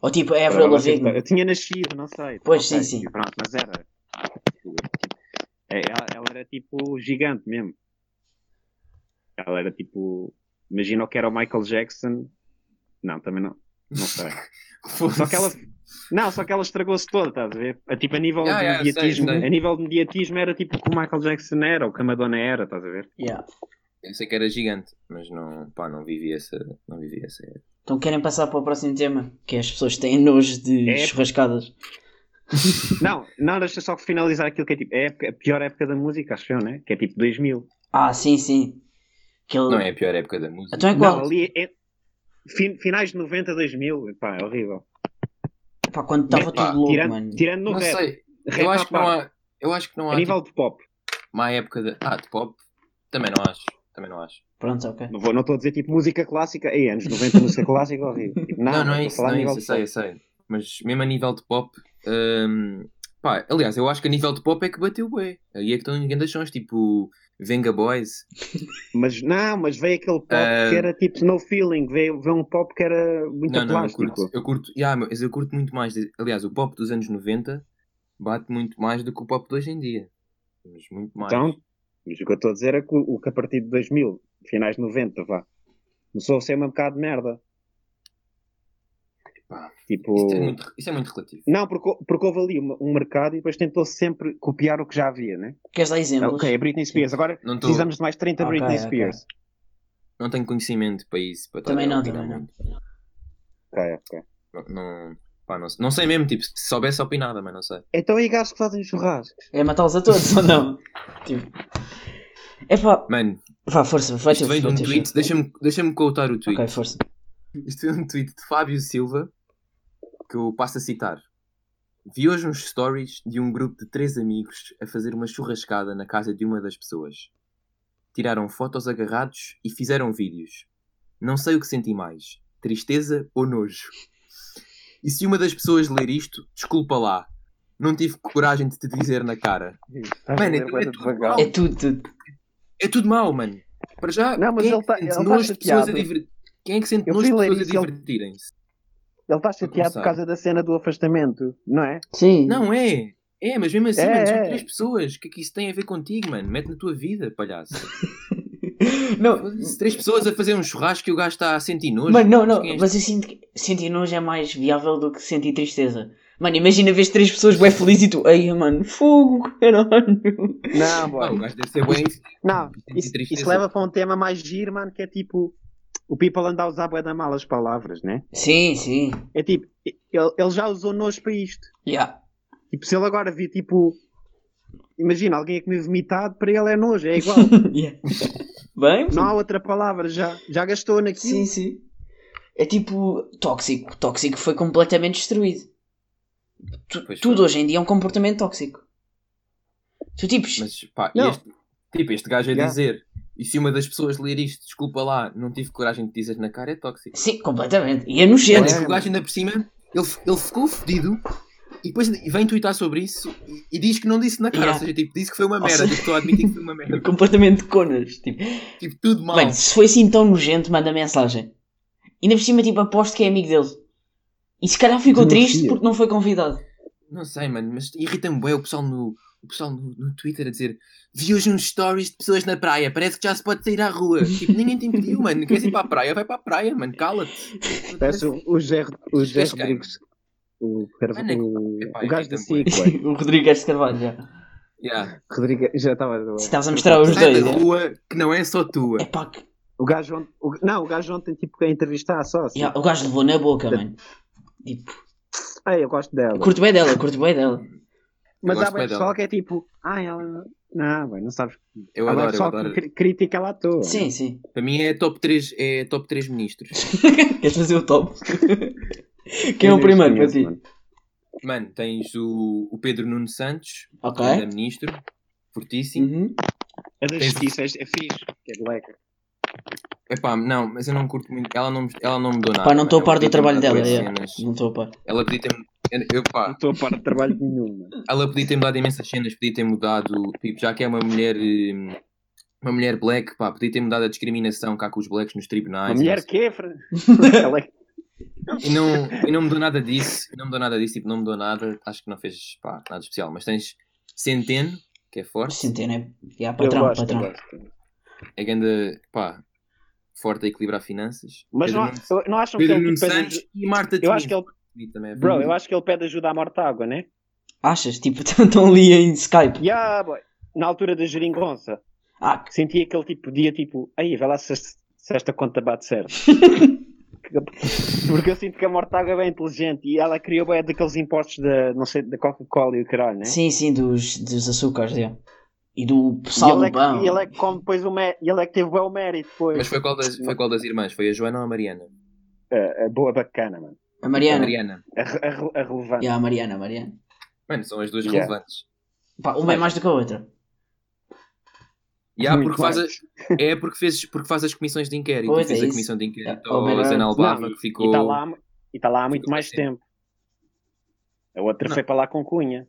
B: Ou tipo a
C: Agora
B: Avril
C: vocês-
B: Lavigne.
C: Eu tinha nascido, não sei.
B: Pois,
C: Não
B: sim,
C: sei,
B: sim.
C: Pronto, mas era. tipo, É, Ela, ela era tipo gigante mesmo. Ela era tipo. Imagina o que era o Michael Jackson. Não, também não. Não
D: *laughs*
C: sei. Só que ela. Não, só que ela estragou-se toda, estás a ver? A, tipo, a nível
D: Ah,
C: de
D: yeah, sei,
C: mediatismo.
D: sei.
C: A nível de mediatismo era tipo o que o Michael Jackson era, ou o que a Madonna era, estás a ver?
B: Yeah.
D: Eu sei que era gigante, mas não, pá, não vivi essa. Não vivi essa. era.
B: Então querem passar para o próximo tema? Que é as pessoas têm nojo de
C: É.
B: churrascadas.
C: Não, não, deixa só finalizar aquilo que é tipo. É a, época- a pior época da música, acho eu, né? Que é tipo 2000.
B: Ah, sim, sim. Aquele...
D: Não é a pior época da música.
B: Então é qual?
C: Não, ali é... fin- finais de 90, 2000, pá, é horrível.
B: Pá, quando estava
D: Epá,
B: tudo louco, mano.
C: tirando, tirando no
D: Não
C: rap,
D: sei.
C: rap
D: Eu
C: à
D: acho que não
C: parte.
D: há. Eu acho que não
C: a
D: há.
C: nível de pop.
D: tipo, má época de. Ah, de pop? Também não acho. Também não acho.
B: Pronto, ok.
C: Não vou- não estou a dizer tipo música clássica, ei, anos 90 música clássica, horrível. Tipo,
D: Não,
C: nada,
D: não,
C: estou a
D: é isso,
C: falar
D: não
C: a
D: é
C: nível
D: isso, eu
C: de
D: sei, eu sei. Mas mesmo a nível de pop. hum, pá, aliás, eu acho que a nível de pop é que bateu bem. Aí é que estão em grandes sons, tipo Venga Boys.
C: pop. Mas não, mas veio aquele pop
D: Ah.
C: que era tipo no feeling, veio, veio um pop que era muito
D: Não, não, eu
C: plástico.
D: curto. Eu curto, yeah, mas eu curto muito mais. de- Aliás, o pop dos anos 90 bate muito mais do que o pop de hoje em dia. Mas muito mais.
C: então, mas o que eu estou a dizer é que o, o que a partir de 2000, finais de 90, vá, começou a ser um bocado de merda.
D: Pá,
C: Tipo,
D: Isso é muito, isso é muito relativo.
C: não, porque, porque houve ali um, um mercado e depois tentou sempre copiar o que já havia, né?
B: Queres dar exemplos?
C: Ok, a Britney Spears. Agora
D: Não, tô,
C: precisamos de mais 30
B: Ok,
C: Britney
B: ok.
C: Spears.
D: não tenho conhecimento para isso. Para estar
B: Também
D: a
B: não,
D: opinar
B: também não.
D: muito.
C: Ok, ok.
D: Não, não- pá, não, sei- não sei mesmo, tipo, se soubesse opinada, mas não sei.
C: Então e gajos que fazem churrasco?
B: É matá-los a todos ou não? Tipo, É pá,
D: Mano,
B: vá, força, vai ter
D: isto vem de um tweet. Deixa-me deixa quotar o tweet.
B: Ok, força.
D: Isto é um tweet de Fábio Silva que eu passo a citar. Vi hoje uns stories de um grupo de três amigos a fazer uma churrascada na casa de uma das pessoas. Tiraram fotos agarrados e fizeram vídeos. Não sei o que senti mais, tristeza ou nojo. E se uma das pessoas ler isto, desculpa lá. Não tive coragem de te dizer na cara.
C: Estás
D: Mano,
C: a
D: é
C: ler
D: tudo-
C: bué
D: é
C: de
D: tudo
C: devagar.
D: mal.
B: É tudo, tudo.
D: É tudo mau, mano. Para já,
C: Não, mas
D: quem
C: ele tá-
D: é que
C: ele
D: sente
C: tá
D: nojo de pessoas a
C: chateado.
D: divert- Quem é que sente
C: Eu
D: nojo de
C: fui ler
D: pessoas a
C: isso e ele-
D: divertirem-se?
C: Ele está chateado
D: começar.
C: por causa da cena do afastamento, não é?
B: Sim.
D: Não é. É, mas mesmo assim,
C: É,
D: mano, são
C: é.
D: três pessoas. O que é que isso tem a ver contigo, mano? Mete na tua vida, palhaço.
B: Não,
D: Se três pessoas a fazer um churrasco e o gajo está a sentir nojo.
B: Mano, não, não,
D: quem é este?
B: mas eu sinto que sentir nojo é mais viável do que sentir tristeza. Mano, imagina vês três pessoas bem felizes e tu, ei, mano, fogo, caralho.
C: Não,
D: Pá, o
C: boy.
D: gajo deve ser bem.
C: Não,
D: Tem
C: isso,
D: tristeza.
C: isso leva para um tema mais giro, mano, que é tipo. O people anda a usar bué de malas palavras, né?
B: Sim, sim.
C: É tipo, ele, ele já usou nojo para isto.
B: Yeah.
C: Tipo, se ele agora vir, tipo. Imagina, alguém a comer vomitado, para ele é nojo, é igual.
B: Yeah. Bem?
C: Não há outra palavra, já, já gastou naquilo.
B: Sim, sim. É tipo tóxico. Tóxico foi completamente destruído. Tu-
D: Pois
B: tudo
D: foi.
B: hoje em dia é um comportamento tóxico. Tu tipo, tipos.
D: Mas pá, e
C: Não.
D: este, tipo, este gajo a
C: Yeah.
D: dizer. E se uma das pessoas ler isto, desculpa lá, não tive coragem de dizer na cara, é tóxico.
B: Sim, completamente. E é
D: Olha,
B: nojento.
C: É.
D: que o gajo ainda por cima, ele, ele ficou fodido e depois vem tuitar sobre isso e, e diz que não disse na cara,
B: Yeah.
D: ou seja, tipo, disse que foi uma
B: Ou
D: merda,
B: seja-
D: tipo, estou a admitir que foi uma
B: *laughs* é.
D: merda,
B: Completamente conas. Tipo,
D: tipo, tudo mal.
B: Mano, se foi assim tão nojento, manda mensagem. Ainda por cima, tipo, aposto que é amigo dele. E se calhar ficou
C: Denuncia.
B: triste porque não foi convidado. *laughs*
D: Não sei, mano, mas irrita-me bem o pessoal no. O pessoal no, no Twitter a dizer vi hoje uns stories de pessoas na praia, parece que já se pode sair à rua. Tipo, ninguém te impediu, mano. Queres ir para a praia? Vai para a praia, mano, cala-te.
C: Parece o, o Zé, o Zé
D: Este gajo.
C: Rodrigues. O,
D: Mano, é que-
C: o,
D: epá,
C: o
D: é
C: gajo
D: que
C: da
D: é
C: SIC, ué.
B: o Rodrigues de Carvalho já.
D: Yeah.
C: Rodrigues, já estava.
B: Se estás a mostrar os
D: Sai
B: dois.
D: da rua que não é só tua.
B: É pá, que...
C: O gajo ontem. o- não, o gajo ontem, tipo, que a entrevistar só. Assim.
B: Ya, o gajo levou na boca, mano. Tipo,
C: Ai, eu gosto dela.
B: eu curto bem dela, curto bem dela.
C: Mas
D: Eu
C: há
D: gosto
C: bem
D: bem
C: pessoal
D: dela.
C: que é tipo, ah, ela. Não, bem, não sabes.
D: Eu
C: há bué
D: adoro, eu
C: pessoal
D: adoro.
C: que cri- critica ela à toa.
B: Sim, sim. *laughs*
D: Para mim é top 3, é top 3 ministros.
B: Queres fazer o
C: *laughs*
B: top? Quem é o primeiro para ti?
D: Mano, tens o, o Pedro Nuno Santos,
B: Ok.
D: ainda ministro,
C: assim?
D: fortíssimo.
B: Uhum.
C: A da
D: Tens-
C: justiça é, é fixe. Que é de leca.
D: Epá, não, mas eu não curto muito. Ela não, ela não me deu nada.
B: Pá, não estou a
D: mano.
B: par do
D: Ela
B: trabalho
D: pediu-me
B: dela. é.
D: bué de
B: ya.
D: cenas.
B: Não estou a par.
D: Ela podia ter. Eu,
C: Não
D: pá,
C: estou a par de trabalho nenhum. mano.
D: ela podia ter mudado imensas cenas, podia ter mudado, tipo, já que é uma mulher, eh, uma mulher black, pá, podia ter mudado a discriminação cá com os blacks nos
C: Uma
D: tribunais.
C: mulher
D: e
C: que é,
D: *laughs*
C: Fran? Ela é-
D: não sei. E não, e não mudou nada disso, e não mudou nada disso, tipo, não mudou nada, acho que não fez, pá, nada especial. Mas tens Centeno, que é forte,
B: Centeno é. Ya,
C: Eu
B: patrão,
C: gosto,
B: patrão.
C: eu gosto.
D: é grande, pá, forte a equilibrar finanças.
C: Mas não,
D: Pedro Nuno-
C: eu- não acham que é
D: Pedro
C: ele
D: Nuno
C: pede
D: Santos
C: ajuda-
D: e Marta
C: Eu acho que
D: Temido.
C: ele.
D: Também é
C: Bro,
D: verdade.
C: eu acho que ele pede ajuda à morta água, né?
B: Achas? Tipo, *laughs* estão ali em Skype.
C: Yeah, boy. Na altura da geringonça,
B: Ah,
C: sentia que ele tipo, podia tipo, aí vai lá se, se esta conta bate certo. Porque eu sinto que a Mortágua é bem inteligente e ela criou bem daqueles impostos da, não sei, da Coca-Cola e o caralho, né?
B: Sim, sim, dos, dos açúcares, é. E do
C: E
B: sal
C: ele é
B: do pão.
C: que, e ele é que come depois o mé- e ele é que teve bem o mérito depois.
D: Mas foi qual, das, foi qual das irmãs? Foi a Joana ou a Mariana?
C: A, a boa bacana, mano.
B: A Mariana.
D: A Mariana.
C: A, re- a, re- a relevante.
B: Yeah, a Mariana, a Mariana.
D: Mano, são as duas
C: Yeah.
D: relevantes.
B: Pá, uma é mais do que a outra.
D: E há
C: Muito
D: porque faz a- é porque fez, porque faz as comissões de inquérito.
B: Pois,
D: fez
B: é
D: a
B: isso.
D: comissão de inquérito
B: É, ao
D: ao
B: Bernardo.
D: Zé Albava
C: Não,
D: que
C: E
D: ficou.
C: está tá lá, e está lá há muito
D: Ficou
C: mais
D: bem.
C: tempo. A outra
D: Não.
C: foi para lá com Cunha.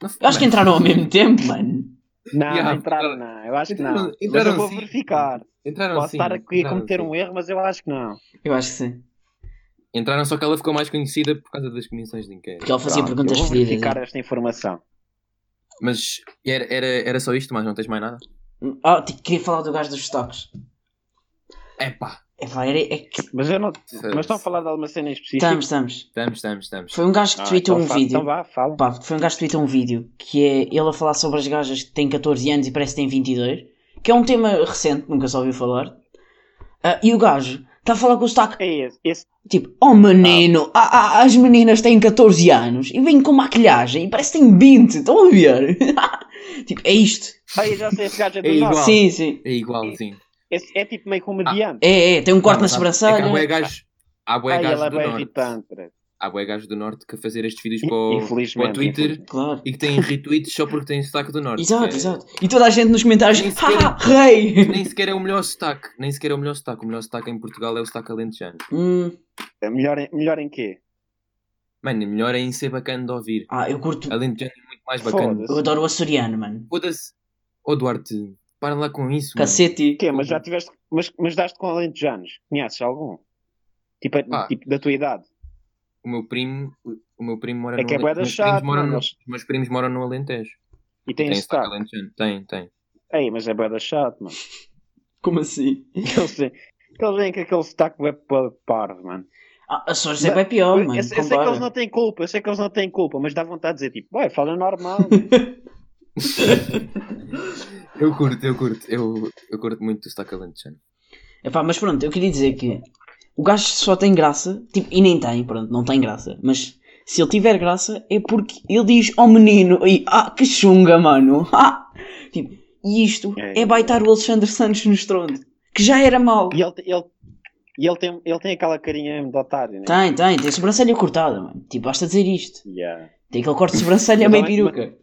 D: Não-
B: Eu acho que
D: mano,
B: entraram ao mesmo tempo, mano.
C: Não,
D: Yeah,
C: não entraram,
D: entraram-
C: não. Eu acho que
D: entraram-
C: não. Mas
D: entraram
C: eu vou
D: sim.
C: verificar.
D: entraram
C: Posso
D: sim,
C: estar aqui a
D: entraram assim.
C: cometer
D: sim.
C: um erro, mas eu acho que não.
B: Eu acho que sim.
D: Entraram, só que ela ficou mais conhecida por causa das comissões de
B: Porque
D: inquérito.
B: ele fazia
C: Pronto,
B: perguntas
C: eu vou
B: fodidas.
C: verificar
B: é.
C: esta informação.
D: Mas era, era, era só isto, mas não tens mais nada?
B: Ah, t- queria falar do gajo dos estoques.
D: Epá!
B: É, pá, era, é que...
C: Mas eu não.
D: Foda-se.
C: Mas estão a falar de alguma cena em específico?
B: Estamos, estamos.
D: Estamos, estamos, estamos.
B: Foi um gajo que
C: Ah,
B: tweetou
C: então
B: um
C: fa-
B: vídeo.
C: Então vá, fala.
B: Pá, foi um gajo que tweetou um vídeo que é ele a falar sobre as gajas que têm 14 anos e parece que têm 22, que é um tema recente, nunca se ouviu falar. Ah, e o gajo está a falar com o sotaque
C: É esse. esse-
B: Tipo, oh menino, a- a- as meninas têm 14 anos e vêm com maquilhagem e parece que têm 20, estão a ver? *laughs* tipo, é isto.
C: Ah, eu já sei esse gajo é do
D: É
C: norte.
D: igual. Ah,
B: Sim, sim.
D: É igualzinho.
C: Esse é tipo meio comediante.
B: É, é, tem um corte
D: Não,
B: na
D: sabe, É que há bué
B: sobrancelha.
D: gajo, há bué
C: Ai,
D: um gajo
C: ele é
D: do
C: bem
D: norte.
C: irritante. cara.
D: Há bué gajo do norte que a fazer estes vídeos
C: In-
D: para o,
C: infelizmente,
D: para o Twitter
C: infelizmente.
B: Claro.
D: e que têm retweets só porque têm sotaque do norte.
B: Exato,
D: que é-
B: exato. E toda a gente nos comentários,
D: Nem sequer-
B: ah, rei! *laughs*
D: Nem sequer é o melhor sotaque. Nem sequer é o melhor sotaque. O melhor sotaque em Portugal é o sotaque alentejano.
B: Hum,
C: É Melhor em, melhor em quê?
D: Mano, melhor é em ser bacana de ouvir.
B: ah, eu curto,
D: Alentejano é muito mais bacana.
C: Foda-se.
B: eu adoro o açoriano, mano.
D: Foda-se. Ô Duarte, para lá com isso. mano.
B: Cacete.
C: Quê? Mas já tiveste. Mas, mas daste com alentejanos? Conheces algum? Tipo,
D: Pá.
C: tipo da tua idade?
D: O meu primo, o meu primo mora
C: É
D: no
C: que é bué da
D: Alentejo. Os meus
C: chato,
D: primos moram
C: mano.
D: no- Os meus primos moram no Alentejo.
C: E tem,
D: Tem
C: esse
D: sotaque
C: sotaque?
D: alentejano. Tem, tem.
C: Ei, mas é boeda chato, mano.
B: Como assim?
C: *laughs* Eles têm- eles vêm com aquele sotaque web parvo, mano.
B: Ah, Açores é bem pior, mano.
C: eu, eu sei que eles não
B: compara.
C: têm culpa, eu sei que eles não têm culpa, mas dá vontade de dizer tipo, ué,
B: *laughs*
C: fala normal.
D: Eu curto, eu curto. Eu, eu curto muito o sotaque alentejano.
B: Epá, mas pronto, eu queria dizer que o gajo só tem graça, tipo, e nem tem, pronto, não tem graça, mas se ele tiver graça é porque ele diz ao menino e ah, que chunga, mano. *laughs* Ah! Tipo, e isto
C: É.
B: é baitar o Alexandre Santos no estrondo, que já era mau.
C: e ele, ele, e ele, tem, ele tem aquela carinha mesmo de otário, né?
B: Tem, tem, tem sobrancelha cortada, mano. Tipo, basta dizer isto.
C: Yeah.
B: Tem aquele corte de sobrancelha bem
C: Mas-
B: peruca.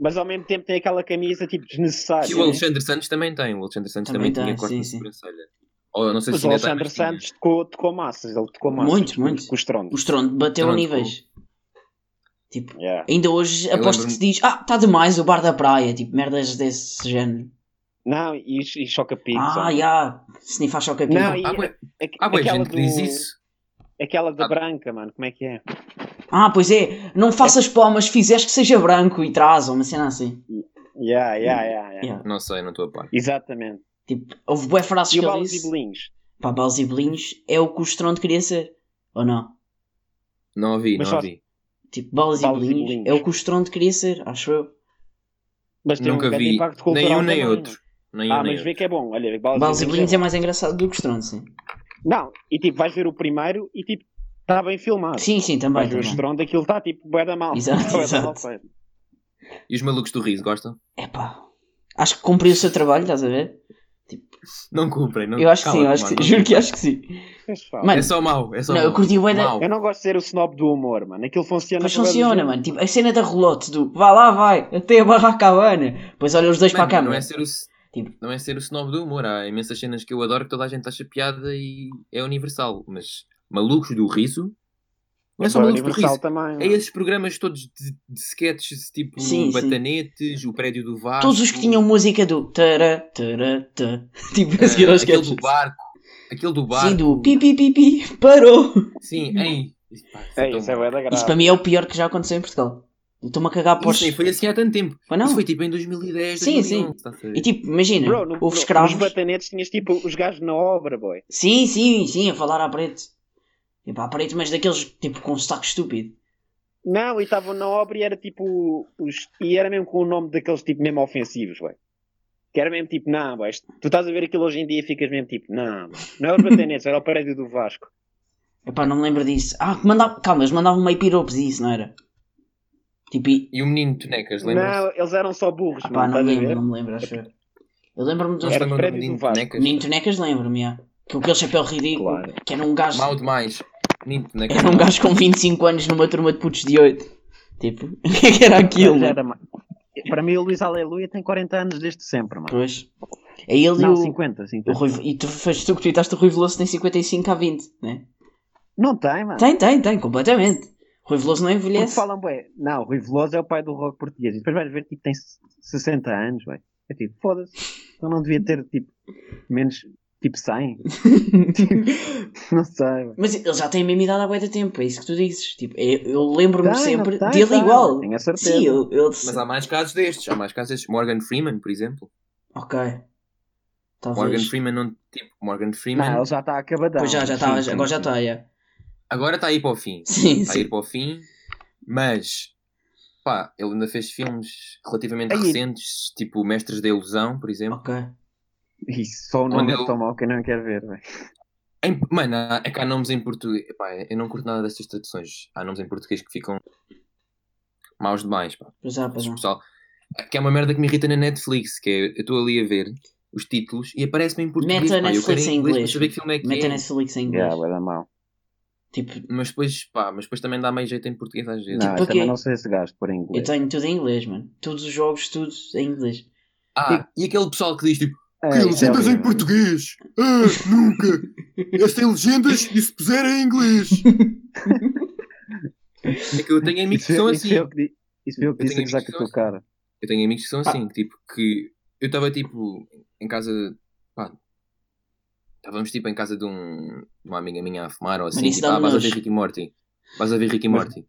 C: Mas ao mesmo tempo tem aquela camisa tipo desnecessária.
D: Que o
C: né?
D: Alexandre Santos também tem. O Alexandre Santos também,
B: Ah, Também tem,
D: tinha corte
B: sim,
D: de
B: sim.
D: sobrancelha. Ou não sei
C: Mas
D: se
C: o
D: ainda tá tem,
C: Alexandre
D: mas tinha.
C: Santos tocou, tocou massas, ele tocou massas.
B: Muito, muito.
C: Com os
B: O
C: troncos.
B: estrondo bateu a
D: Estrondo.
B: níveis. Tipo,
C: Yeah.
B: ainda hoje
D: Eu
B: aposto que
D: lembro-me-
B: se diz, ah, está demais o bar da praia. Tipo, merdas desse género.
C: Não, e, e choca picos.
B: Ah,
C: ó.
B: já. Se nem faz choque aqui.
C: Não, e
D: Há bué-
C: aque-
D: Há boa
C: aquela
D: gente que
C: do-
D: diz isso.
C: Aquela da
D: Ah.
C: branca, mano, como é que é?
B: Ah, pois é. Não faças pó, mas fizeres que seja branco e traz uma cena assim.
C: Yeah, yeah, yeah, yeah.
B: Yeah.
D: Não sei, não estou a par.
C: Exatamente.
B: Tipo, houve bué frases
C: E
B: que
C: o
B: ele
C: Balas e
B: disse.
C: Bolinhos.
B: Pá, balas e bolinhos é o que o estrondo queria ser. Ou não?
D: Não ouvi,
C: Mas
D: não
C: só-
D: ouvi.
B: Tipo, balas,
C: Balas e
B: e bolinhos
C: bolinhos.
B: é o que o estrondo queria ser, acho eu.
C: Mas tem
D: Nunca
C: um grande
D: vi
C: impacto cultural
D: nem um nem
C: também,
D: outro. Nem um
C: Ah,
D: nem
C: mas vê
D: outro.
C: que é bom. Olha, Balas,
B: Balas e
C: Bolinhos
B: bolinhos
C: é
B: é mais engraçado do que o estrondo, sim.
C: bom. Não, e tipo, vais ver o primeiro e tipo, está bem filmado.
B: Sim, sim, também.
C: Vais ver o
B: também.
C: estrondo, aquilo está tipo, bué da mal.
B: Exato,
C: *laughs* bué da
B: exato.
C: mal feito.
D: E os malucos do riso, gostam?
B: Epá, acho que cumpriu o seu trabalho, estás a ver?
D: Não cumprem, não
B: eu acho que sim,
D: Cala-te,
B: eu acho que
D: mano,
B: sim.
D: não
B: *laughs* Juro que acho
D: cumprem.
B: que sim.
C: Mas, pá,
B: Mano,
D: É só mau, é só
B: Não, eu
D: mau.
B: curti bué da-
D: Mau.
C: Eu não gosto de ser o snob do humor, mano. Aquilo funciona.
B: mas
C: bué do
B: funciona,
C: jeito.
B: mano. Tipo, a cena da relote do vá lá, vai, até a barra cabana. Depois olha os dois
D: Mano,
B: para a
D: Não
B: câmera.
D: é, ser o, s-
B: Tipo-
D: não é ser o snob do humor. Há imensas cenas que eu adoro que toda a gente acha piada e é universal. Mas malucos do riso? Não é só
C: Bué
D: malucos do
C: universal
D: riso.
C: também.
D: É esses programas todos de, de sketches, tipo
B: Sim, sim.
D: Batanetes, o Prédio do Vasco.
B: Todos os que tinham música do tara, tara, tara. *laughs* Tipo,
D: eh,
B: a seguir aos
D: aquele
B: sketches.
D: do barco. Aquele do barco.
B: Sim, do pi pi pi pi, parou.
D: Sim, ei. Pá,
C: É
D: tão
C: isso, é bué
D: mau.
C: da
B: Isso para
C: graça.
B: mim é o pior que já aconteceu em Portugal. Eu Estou-me a cagar para os.
D: Isso nem foi assim há tanto tempo.
B: Mas não?
D: Isso foi tipo em 2010,
B: Sim,
D: 2011, estás um, a ver?
B: E tipo, imagina,
C: Bro, no,
B: houve
C: no, nos
B: escravos.
C: batanetes tinhas tipo os gajos na obra, boy.
B: Sim, sim, sim, a falar à parede. Tipo, à parede, mas daqueles tipo com um sotaque estúpido.
C: Não, e estavam na obra e era tipo. Os, e era mesmo com o nome daqueles tipo mesmo ofensivos, boy. Que era mesmo tipo, não, boy. isto- Tu estás a ver aquilo hoje em dia e ficas mesmo tipo, não, boy. não é os batanetes, era o prédio do Vasco.
B: Epá, não me lembro disso. Ah, que mandava... calma, eles mandavam meio piropos e isso, não era? Tipo, e...
D: E o menino de tonecas, lembra-se?
C: Não, eles eram só burros,
B: ah, pá,
C: mano,
B: não,
C: estás
B: me
C: a
B: lembro,
C: ver?
B: não me lembro, acho eu. Eu lembro-me do
D: Não se
C: Era
D: lembram do
C: prédio
D: menino
C: do
D: de
C: Vasco.
D: tonecas?
B: Menino Tonecas, lembro-me, já. Com aquele chapéu ridículo,
C: Claro.
B: que era um gajo.
D: Mal demais. Menino de tonecas.
B: Era *laughs* um gajo com 25 anos numa turma de putos de 8. Tipo, *laughs* o que é que era aquilo?
C: Já
B: mano?
C: era ma- Para mim, o Luís Aleluia tem 40 anos desde sempre, mano.
B: Pois. É ele e
C: Não,
B: o.
C: 50,
B: o
C: 50.
B: Rui... E tu fez tu que tweetaste o Rui Veloso tem 55 a 20, né?
C: Não tem, mano.
B: Tem, tem, tem, completamente. Rui Veloso não
C: Porque
B: envelhece.
C: falam, bué, não, o Rui Veloso é o pai do rock português. E depois vais ver, tipo, tem 60 anos, ué. É tipo, foda-se. Então não devia ter, tipo, menos,
B: *laughs*
C: tipo, 100. Tipo, não sei, ué.
B: Mas ele já tem a mesma idade há bué de tempo, é isso que tu dizes. Tipo, é- eu lembro-me
C: Tem, não
B: sempre
C: tem,
B: dele
C: tem,
B: igual.
C: tenho a certeza.
B: Sim, eu, eu-
D: Mas há mais casos destes. Há mais casos destes. Morgan Freeman, por exemplo.
B: Ok.
D: Morgan
B: Talvez.
D: Freeman não. Tipo, Morgan Freeman.
C: Não, ele já está acabadão.
B: Pois já, já
D: Então, Sim,
B: está,
D: sim,
B: agora já
D: sim.
B: está, yeah.
D: Agora está a ir para o fim.
B: Sim,
D: Está a ir
B: sim.
D: para o fim. Mas. Pá, ele ainda fez filmes relativamente
C: Aí.
D: recentes, tipo Mestres da Ilusão, por exemplo.
B: Ok.
C: Isso, só o nome
D: Onde
C: é
D: eu-
C: tão mau que eu não quero ver, ué.
D: Em, mano, há- é que há nomes em português. Pá, eu não curto nada destas traduções. Há nomes em português que ficam maus demais. Pá.
B: Pois já, pois
D: Esse
B: já.
D: pessoal. Que é uma merda que me irrita na Netflix, que é, eu estou ali a ver os títulos e aparece-me em português.
B: Meta
D: pá, eu quero
B: Netflix em
D: para
B: inglês.
D: saber que filme é que
B: Meta
D: é.
B: Netflix em inglês.
C: Yeah, vai dar mal.
B: Tipo,
D: Mas depois, pá, mas depois também dá meio jeito em português às vezes.
C: Não, eu
B: Tipo,
C: também
B: ok.
C: não sei se gasto por
B: eu
C: inglês.
B: tenho tudo em inglês, mano. Todos os jogos, tudo em inglês.
D: Ah, e aquele pessoal que diz tipo,
C: É,
D: que
C: isso é
D: legendas em
C: horrível.
D: português! Ah,
B: *laughs*
D: nunca! Eles têm legendas e se puserem em inglês! é que eu tenho amigos
C: Isso
D: que são
C: foi- isso é
D: assim.
C: foi eu que di- Isso foi eu que
D: Eu
C: disse
D: tenho
C: a gozar com
D: amigos que
C: a tua
D: são
C: cara.
D: Eu tenho amigos que são assim, que, tipo, que eu estava tipo em casa. Pá, estávamos tipo em casa de, um, de uma amiga minha a fumar ou assim,
B: Mano, isso
D: tipo, ah,
B: dá-me
D: vais a
B: nojo.
D: ver Rick e Morty. Vais a ver Rick e
C: Mas-
D: Morty.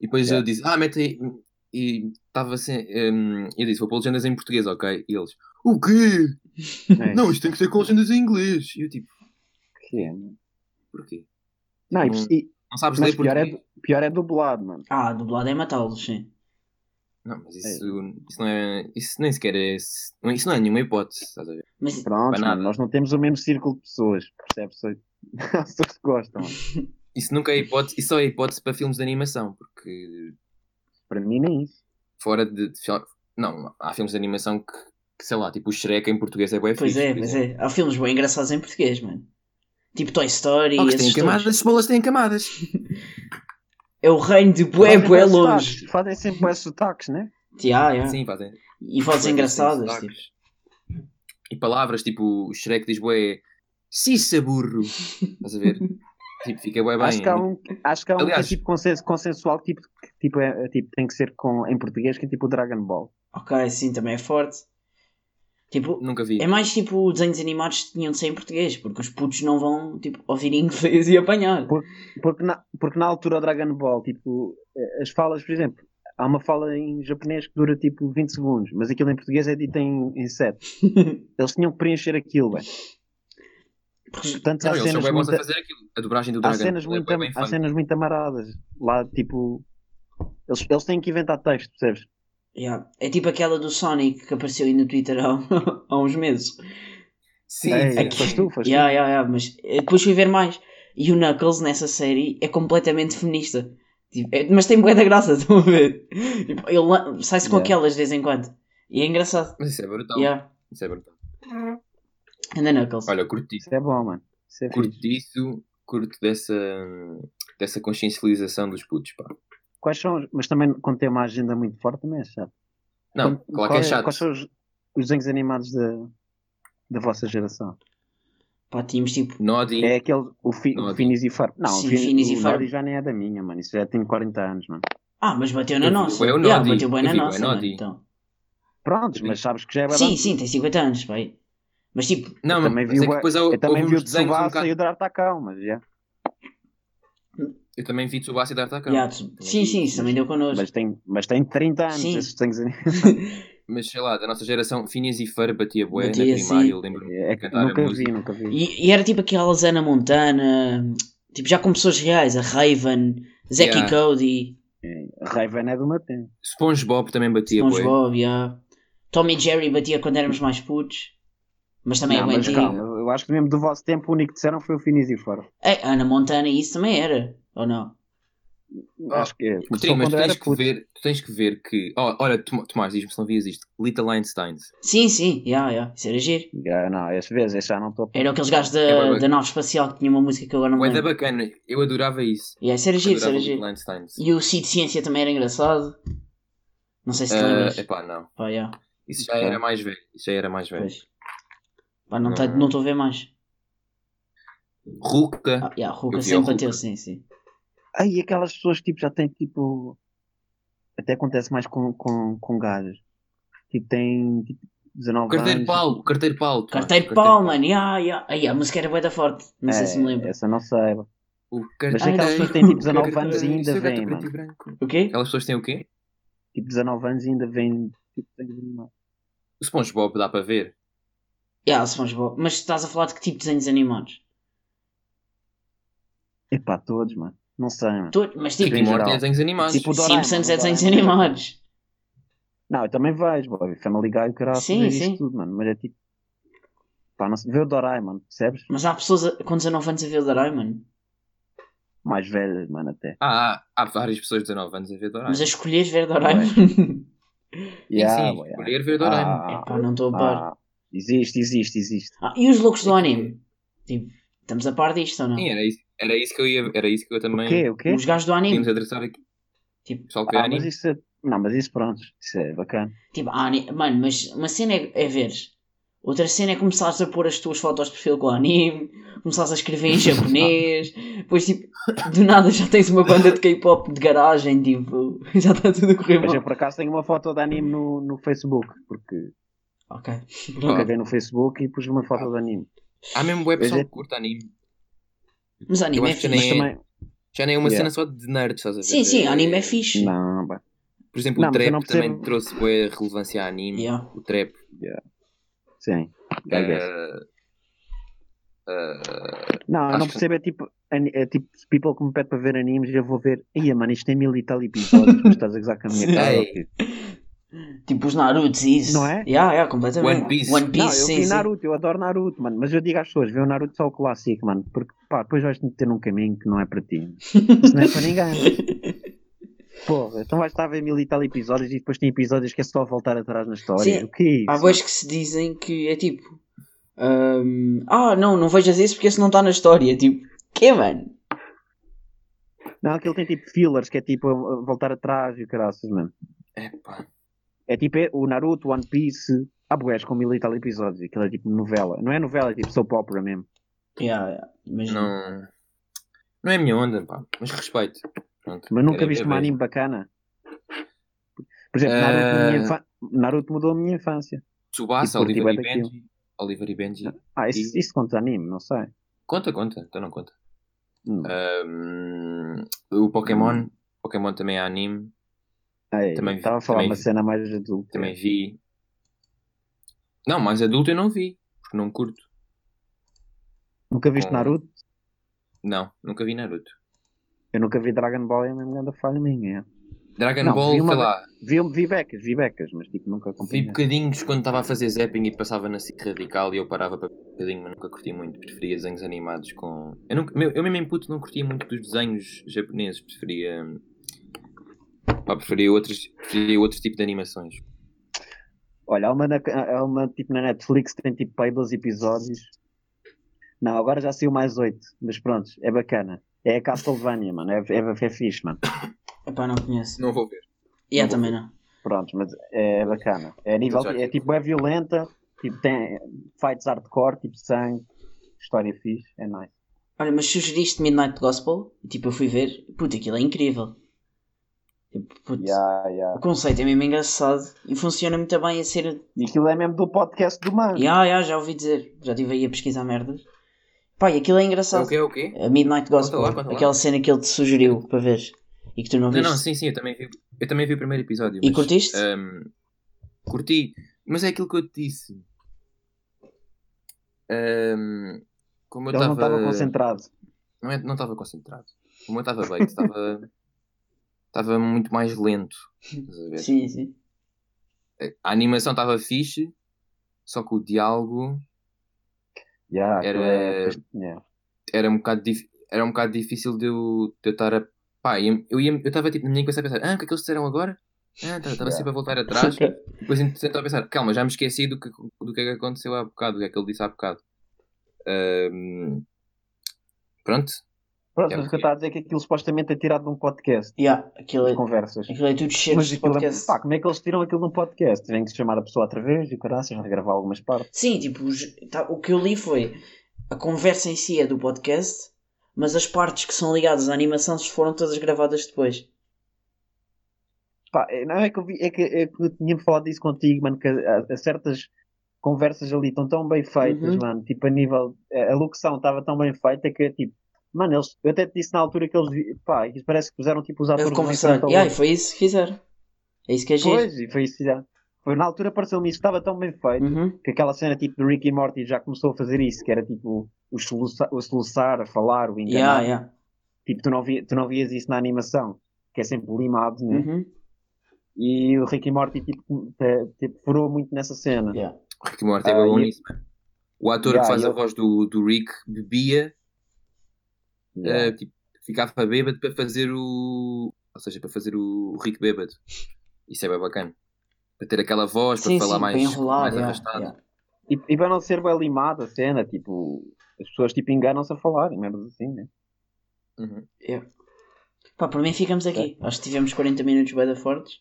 D: E depois
C: Yeah.
D: eu disse, ah, mete aí. E estava assim. hum, eu disse, vou pôr legendas em português, ok? E eles, o quê?
C: É,
D: Não, isto tem que ser com legendas em inglês. E eu tipo,
C: que é, mano.
D: porquê?
C: Não, e-
D: Não-
C: e
D: Não sabes
C: Mas
D: ler
C: pior é
D: português?
C: pior é dublado, mano.
B: Ah, dublado é matá-los, sim.
D: Não, mas isso, isso não é. Isso nem sequer é. Isso não é nenhuma hipótese, estás a ver?
B: Mas
C: Pronto,
D: Banana.
C: mano, nós não temos o mesmo círculo de pessoas, percebes? *laughs* As pessoas que gostam. mano.
D: Isso nunca é hipótese. Isso só é hipótese para filmes de animação, porque
C: Para mim, nem isso.
D: fora de. de fil- não, há filmes de animação que, que, sei lá, tipo o Shrek em português é bué
B: Pois
D: fixe,
B: é,
D: por
B: pois
D: exemplo.
B: é. Há filmes bem engraçados em português, mano. Tipo Toy Story
D: Oh, que
B: esses
D: têm
B: todos.
D: camadas, as cebolas têm camadas.
B: É o reino de bué,
C: Fazem
B: bué
C: bué
B: longe.
C: sotaques, Fazem sempre mais sotaques, né?
B: Yeah, yeah.
D: Sim, fazem.
B: É. E vozes
D: Fazem
B: engraçadas,
D: sotaques.
B: tipo.
D: E palavras, tipo, o Shrek diz bué. Sissa burro. Estás a ver?
B: *laughs*
D: tipo, fica bué bem.
C: acho que há um, acho que, há um
D: Aliás-
C: que é tipo consenso, consensual que tipo, que tipo, é, é tipo, tem que ser com, em português, que é tipo o Dragon Ball.
B: Ok, sim, também é forte. Tipo,
D: Nunca vi.
B: é mais tipo desenhos animados que tinham de ser em português, porque os putos não vão tipo, ouvir em inglês e apanhar.
C: Por- Porque na, porque na altura o Dragon Ball, tipo, eh, as falas, por exemplo, há uma fala em japonês que dura tipo 20 segundos, mas aquilo em português é dito em, em 7.
B: *laughs*
C: Eles tinham que preencher aquilo, velho.
B: Porque-
C: Portanto,
D: Não,
C: há
D: eles são
C: cenas
D: bem bons
C: muito-
D: a fazer aquilo. A dobragem do
C: há
D: Dragon
C: cenas
D: Ball é
C: muito,
D: bué bem
C: há
D: feita.
C: cenas muito amaradas. Lá, tipo, eles, eles têm que inventar texto, percebes?
B: Yeah. É tipo aquela do Sonic que apareceu aí no Twitter há, *laughs* há uns meses.
D: Sim,
C: Ei,
D: sim.
C: foste É, tu, foste tu.
B: Yeah, yeah, yeah, mas eh, depois fui ver mais. E o Knuckles nessa série é completamente feminista. Tipo, é- mas tem bué da graça, *laughs* estão a ver? Tipo, ele lan- sai-se com
C: Yeah.
B: aquelas de vez em quando. E é engraçado.
D: Mas isso é brutal.
B: Yeah.
D: Isso é brutal.
B: And the Knuckles.
D: Olha, eu curti
C: Isso é bom, mano. Isso é
D: curto
C: fixe.
D: disso, curto dessa, dessa consciencialização dos putos, pá.
C: Quais são, os- mas também quando tem uma agenda muito forte também é chato. Quando-
D: Não, claro que
C: qual
D: é chato.
C: Quais são os, os desenhos animados da, da vossa geração?
B: Pá, tínhamos tipo.
D: Nodi,
C: É aquele, o, fi,
D: Nodi.
C: o Finis e Farb. Não,
B: Sim,
C: o Finis,
B: Finis e
C: o
B: Ferb.
C: Nodi já nem é da minha, mano. Isso já tem 40 anos, mano.
B: Ah, mas bateu
D: Eu
B: na
D: vi
B: nossa.
D: bué o
B: Yeah,
D: Nodi.
B: bateu bem
D: Eu
B: na
D: vi bué
B: nossa. mano,
D: Nodi.
B: então.
C: Prontos, mas sabes que já é
B: Sim,
C: bastante.
B: sim, tem 50 anos, pai. Mas tipo,
D: não, mas
C: também vi
D: é que
C: o-
D: depois há-
C: Eu também
D: houve
C: vi
D: uns
C: o
D: desenhos um
C: Tsubasa e
D: bocado...
C: o D'Artacão, mas já.
D: Eu também vi Tsubasa e D'Artacão.
B: yeah, tu- sim,
D: é
B: sim, isso também deu connosco.
C: Mas tem, mas tem 30 anos
B: Sim.
C: esses desenhos animados.
D: Mas sei lá, da nossa geração, Phineas e Ferb batia bué na
B: Batia,
D: primária,
B: sim.
D: eu lembro-me
C: É
D: de
C: que
D: cantar a
C: nunca vi,
D: música.
C: nunca vi.
B: E, e era tipo aquelas Ana Montana, tipo já com pessoas reais, a Raven, Zack
D: Yeah.
B: e Cody,
C: Raven é do meu tempo.
D: SpongeBob também batia bué.
B: SpongeBob, yeah. Tommy e Jerry batia quando éramos mais putos, mas também é
C: Não,
B: bem
C: mas
B: antigo.
C: calma, eu acho que mesmo do vosso tempo o único que disseram foi o Finis e Fora.
B: É, Ana Montana, isso também era, ou não?
D: Ah,
C: acho que é. Começou
D: Sim, mas
C: quando
D: tu
C: eu
D: tens,
C: era
D: que
C: puto.
D: ver, tu tens que ver que... Oh, olha, Tom- Tomás, diz-me se não vias isto. Little Einsteins.
B: Sim, sim, yeah, yeah, isso era giro.
C: Ah, não, esse vez, esse já não estou.
B: Era aqueles gajos da,
D: É, bué, bué.
B: da nave espacial que tinha uma música que eu agora não me
D: Bué da
B: lembro.
D: bacana, eu adorava isso.
B: Yeah, isso era giro, isso
D: Adorava
B: era
D: Little
B: giro.
D: Einsteins.
B: E o Cid Ciência também era engraçado. Não sei se te lembras.
D: Ah, Epá, não.
B: Pá, yeah,
D: Isso já era mais velho. Isso já era mais velho.
B: pois. Pá, não
D: Não.
B: estou não tô a ver mais.
D: Ruka.
B: Ah, yeah, Ruka
D: Eu vi
B: sempre
D: a
B: bateu,
D: Ruka.
B: sim, sim.
C: Aí aquelas pessoas que, tipo, já têm tipo. Até acontece mais com, com, com gajos. Tipo, têm tipo, 19
D: O carteiro
C: anos.
D: Paulo, o carteiro Paulo. Tomás,
B: Carteiro de pau, mano, yeah, yeah. Aí a música era bué da forte, não sei
C: É,
B: se me lembro.
C: Essa eu não sei.
D: O
C: Mas aquelas
D: carteiro.
B: Ai,
C: pessoas que têm tipo 19
D: é Carteiro,
C: anos e ainda
D: seu gato
C: vêm,
D: preto e
C: mano.
D: branco.
B: O quê?
D: Aquelas pessoas têm o quê?
C: Tipo, 19 anos e ainda vêm. Tipo, desenhos animados.
D: O SpongeBob dá para ver.
B: Yeah, SpongeBob. Mas estás a falar de que tipo de desenhos animados?
C: Epá, todos, mano. Não sei, mano.
B: Tu- Mas tipo,
D: Rick e
C: Em
D: Morty
C: geral.
D: é desenhos animados.
C: Tipo o Doraemon.
B: Simpsons é
C: o
B: desenhos
C: Doraemon.
B: animados.
C: Não, eu também vejo, boy. é Family Guy, o caralho,
B: Sim,
C: sim,
B: sim.
C: isso tudo, mano. Mas é tipo. Pá, não sei. Vê o Doraemon, percebes?
B: Mas há pessoas a- com 19 anos a ver o Doraemon.
C: Mais velhas, mano, até.
D: Ah, ah, há várias pessoas de 19 anos a ver Doraemon.
B: Mas a escolheres ver Doraemon.
C: Yeah,
D: sim,
C: bué, é yeah.
D: escolher ver Doraemon.
C: Ah,
B: *laughs* Epá, não estou a par.
C: ah, existe, existe, existe.
B: Ah, e os loucos do anime? Tipo, estamos a par disto ou não?
D: Sim, era isso, era isso que eu ia, era isso que eu também
C: O quê? O quê?
B: Os gajos do anime.
D: tínhamos a tratar aqui.
B: Tipo,
D: Pessoal que vê
C: Ah, mas
D: anime.
C: isso é... Não, mas isso pronto, isso é bacana.
B: Tipo, há ani- mano, mas uma cena é, é ver. Outra cena é começares a pôr as tuas fotos de perfil com o anime, começares a escrever em
C: *laughs*
B: japonês, depois tipo, do nada já tens uma banda de K-pop de garagem, tipo, *laughs* já está tudo a correr
C: Mas
B: mal.
C: eu por acaso tenho uma foto de anime no, no Facebook, porque
B: Ok.
C: nunca vi no Facebook e pus uma foto de anime.
D: Há mesmo web pessoal
C: Mas é-
D: que curta anime.
B: Mas
D: Eu
B: anime é
D: acho que
B: fixe.
C: Mas
D: É.
C: também.
D: Já nem é uma
C: Yeah.
D: cena só de nerds, estás a ver?
B: Sim, sim, anime é fixe.
C: Não, pá.
D: Por exemplo,
C: Não,
D: o
C: mas eu
D: trap
C: não
D: também
C: percebo-
D: trouxe boa relevância a anime.
B: Yeah.
D: O trap.
C: Sim. I guess.
D: eh, eh,
C: Não, eu
D: Acho
C: não
D: que-
C: percebo. É tipo, ani- é tipo people que me pede para ver animes e eu vou ver. Ia, mano, isto tem mil e tal episódios, mas estás a gozar com
D: *laughs*
C: a minha cara.
D: Ei.
C: ou quê?
B: Tipo os Narutos e isso.
C: Não é?
B: Yeah, yeah, completamente.
D: One Piece.
B: One
C: Não, eu
B: sim,
C: vi
B: sim.
C: Naruto, eu adoro Naruto, mano. Mas eu digo às pessoas, vê o Naruto só o clássico, mano. Porque, pá, depois vais te meter num caminho que não é para ti. Isso não é para ninguém.
B: *laughs*
C: Porra, então vais estar a ver mil e tal episódios e depois tem episódios que é só voltar atrás na história.
B: Sim. Ah,
C: O que é isso?
B: Há boas que se dizem que é tipo. hum, ah, não, não vejas isso porque isso não está na história. Tipo, que mano?
C: Não, aquele tem tipo fillers, que é tipo uh, voltar atrás e o caraças, mano.
D: eh, epá.
C: É tipo é, o Naruto, One Piece. Há boés com mil e tal episódios. Aquilo é tipo novela. Não é novela, é tipo soap opera mesmo.
B: Yeah, yeah, imagino.
D: Não. Não é a minha onda, pá. Mas respeito. Pronto, é
C: Mas nunca
D: era-
C: viste um
D: era-
C: anime bacana? Por exemplo, Naruto, na minha
D: Eh.
C: infa- Naruto mudou a minha infância.
D: Tsubasa,
C: E curti
D: Oliver e
C: bué daquilo.
D: Benji. Oliver e Benji.
C: Ah, isso, isso conta anime, não sei.
D: Conta, conta. Então não conta.
C: Hum.
D: Ahm, o Pokémon. Pokémon também é anime.
C: Ei,
D: também vi-
C: Estava Ah, é, a falar
D: também
C: uma
D: vi.
C: cena mais adulta.
D: Também vi. Não, mais adulto eu não vi. Porque não curto.
C: Nunca viste
D: Com-
C: Naruto?
D: Não, nunca vi Naruto.
C: Eu nunca vi Dragon Ball, é a mesma grande falha minha. é.
D: Dragon
C: Não,
D: Ball,
C: vi uma
D: sei
C: vez-
D: lá.
C: Vi, vi becas, vi becas, mas tipo, nunca
D: Vi
C: acompanhei.
D: bocadinhos quando estava a fazer zapping e passava na SIC Radical e eu parava para ver um bocadinho, mas nunca curti muito. Preferia desenhos animados com. Eu, nunca, meu, eu mesmo em puto não curtia muito dos desenhos japoneses, preferia. Pá, preferia, outros, preferia outro tipo de animações.
C: Olha, há uma, na, há uma tipo na Netflix que tem tipo para aí 12 episódios. Não, agora já saiu mais 8, mas pronto, é bacana. É a Castlevania, mano, é, é, é fixe, mano.
B: Epá, não conheço.
D: Não vou ver.
B: Yeah, também não.
C: Pronto, mas é bacana. É, a nível, é tipo, é violenta, tipo, tem fights hardcore, tipo, sangue, história fixe, é nice.
B: Olha, mas sugeriste Midnight Gospel e tipo eu fui ver, puta, aquilo é incrível. Tipo, puta,
C: Yeah, yeah.
B: O conceito é mesmo engraçado e funciona muito bem a ser.
C: E aquilo é mesmo do podcast do mano.
B: Yeah, yeah, já ouvi dizer, já estive aí a pesquisar merdas. Pá, e aquilo é engraçado.
D: O quê? O quê?
B: A Midnight Gospel,
D: Conta lá, conta lá.
B: aquela cena que ele te sugeriu para ver e que tu não
D: Não,
B: viste.
D: não, sim, sim, eu também vi, eu também vi o primeiro episódio.
B: E
D: mas,
B: curtiste?
D: hum, curti, mas é aquilo que eu te disse. Hum, como eu
C: Ele não estava
D: estava.
C: concentrado.
D: não é- não estava concentrado. O meu estava bem, *laughs* estava estava muito mais lento. Estás a ver? É,
B: Sim, sim.
D: A animação estava fixe, só que o diálogo
C: Yeah,
D: Era-
C: aquilo é- yeah.
D: era um bocado, dif- era um bocado difícil de eu de eu estar a. Pá, eu eu ia- eu estava tipo na minha cabeça a pensar, ah, o que é que eles disseram agora? Ah, estava
C: Yeah.
D: sempre a
B: *laughs*
D: voltar
B: É
D: atrás. Depois entretanto, estava a pensar, calma, já me esqueci do que, do que é que aconteceu há bocado, do que é que ele disse há bocado. Ahm, pronto,
C: Pronto,
D: É
C: mas o que
D: porque-
C: eu estava a dizer é que aquilo supostamente é tirado de um podcast,
B: Yeah, aquilo, é,
C: de conversas.
B: aquilo é tudo cheiro
C: Mas
B: de
C: aquilo é-
B: podcast.
C: pá, como é que eles tiram aquilo de um podcast? Tem que chamar a pessoa outra vez e caraças, vai gravar algumas partes.
B: Sim, tipo, os- tá- o que eu li foi a conversa em si é do podcast, mas as partes que são ligadas à animação foram todas gravadas depois.
C: Pá, é- não é que eu vi, é que, é que eu tinha falado disso contigo, mano, que a, a certas conversas ali estão tão bem feitas,
B: Uhum.
C: mano, tipo a nível, a, a locução estava tão bem feita que é tipo, mano, eles, eu até te disse na altura que eles, vi- pá, isso parece que puseram tipo os atores
B: Eu
C: um em
B: conversar.
C: frente ao
B: E aí,
C: outro.
B: foi isso que fizeram. É isso que é giro.
C: Pois, e foi isso que fizeram. Foi, na altura pareceu-me isso, estava tão bem feito.
B: Uhum.
C: que aquela cena tipo de Rick e Morty já começou a fazer isso, que era tipo o soluçar, o soluçar a falar, o enganar.
B: Yeah, yeah.
C: Tipo, tu não, vi, tu não vias isso na animação, que é sempre limado, né?
B: Uhum.
C: E o Rick e Morty tipo, te- tipo, furou muito nessa cena.
B: Yeah.
D: O Rick e Morty é
C: Ah,
D: bom
C: e-
D: nisso, mano. O ator
C: Yeah,
D: que faz
C: eu-
D: a voz do, do Rick bebia,
C: Yeah.
D: eh, tipo, ficava bêbado para fazer o. Ou seja, para fazer o Rick bêbado. Isso é bem bacana. para ter aquela voz, para
B: Sim,
D: falar
B: sim,
D: mais,
B: para enrolar.
D: mais
B: yeah,
D: arrastado.
B: yeah.
C: E, e para não ser bem limada a cena, tipo, as pessoas tipo, enganam-se a falar, menos assim, né?
D: Uhum.
B: Pá, por mim ficamos aqui. Acho que tivemos 40 minutos bem da fortes.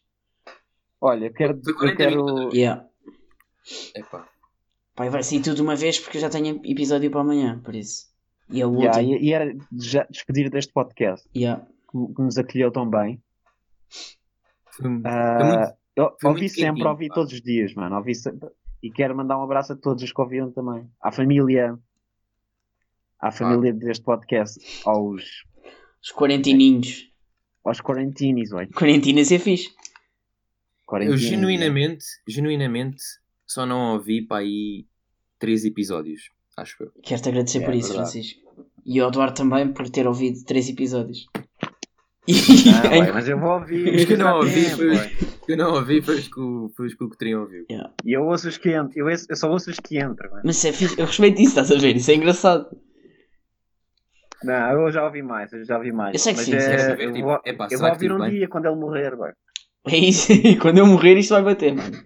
C: Olha, eu quero.
D: Foi
C: Eu
D: 40
C: quero...
B: Yeah.
D: Epá.
B: Pá, e vai sair tudo de uma vez porque eu já tenho episódio para amanhã, por isso. E é o
C: Yeah,
B: último.
C: e, e era já despedir deste podcast
B: Yeah.
C: que, que nos acolheu tão bem.
D: Foi, um, foi
C: Ah,
D: muito-
C: eu
D: foi
C: ouvi
D: muito
C: sempre,
D: quentinho,
C: ouvi
D: pá.
C: todos os dias, mano. Ouvi sempre. E quero mandar um abraço a todos os que ouviram também. À família. À família deste podcast. Aos,
B: Os quarentininhos.
C: aos quarantinis, ué.
B: Quarentinas é fixe.
D: Eu
C: Quarantinis,
D: genuinamente, genuinamente, só não ouvi para aí três episódios, acho eu.
B: Quero-te agradecer
C: É
B: por isso,
C: verdade.
B: Francisco. E ao Eduardo também por ter ouvido três episódios. E
C: *laughs* Ah,
B: *laughs*
C: ué, mas eu vou ouvir.
D: Os que eu não ouvi
C: Exatamente,
D: foi os
C: ué.
D: os que eu não ouvi foi os que o, foi os que o Coutrinho ouviu.
C: E eu ouço os que entram. Eu, ouço- eu só ouço os que entram, mano.
B: Mas é fixe. Eu respeito isso, estás a ver? Isso é engraçado.
C: Não, eu já ouvi mais, eu já ouvi mais.
B: Eu sei que
C: Mas
B: sim,
C: é,
B: sei que sim.
D: Quero
C: eu
D: saber,
C: vou,
D: tipo, epá,
C: eu
D: será
C: vou
D: que
C: ouvir
D: tive
C: um
D: bem?
C: dia quando ele morrer, ué.
B: É isso. *laughs* Quando eu morrer, isto vai bater, mano.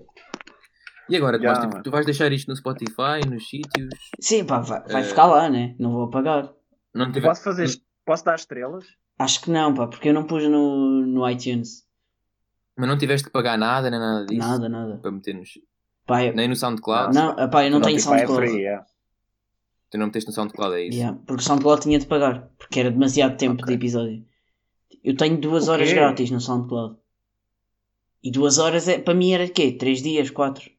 D: E agora, tu
C: Já,
D: vais, tipo,
C: mano.
D: tu vais deixar isto no Spotify, nos sítios?
B: Sim, pá, vai, vai
C: É.
D: Eh.
B: ficar lá, né? Não vou apagar.
D: Não tiver... Hum.
C: Posso fazer, posso dar estrelas?
B: Acho que não, pá, porque eu não pus no, no iTunes.
D: Mas não tiveste que pagar nada, nem nada disso?
B: Nada, nada.
D: Para meter nos...
B: Pá, eu-
D: Nem no SoundCloud?
B: não, ah, pá, eu não, tenho
C: tipo, é
B: SoundCloud.
C: free, é.
D: Tu não meteste no SoundCloud, é isso?
B: Yeah, porque o SoundCloud tinha de pagar, porque era demasiado tempo
D: Ok.
B: de episódio. Eu tenho duas
C: O
B: horas
C: quê?
B: grátis no SoundCloud. E duas horas é, para mim era quê? Três dias, quatro?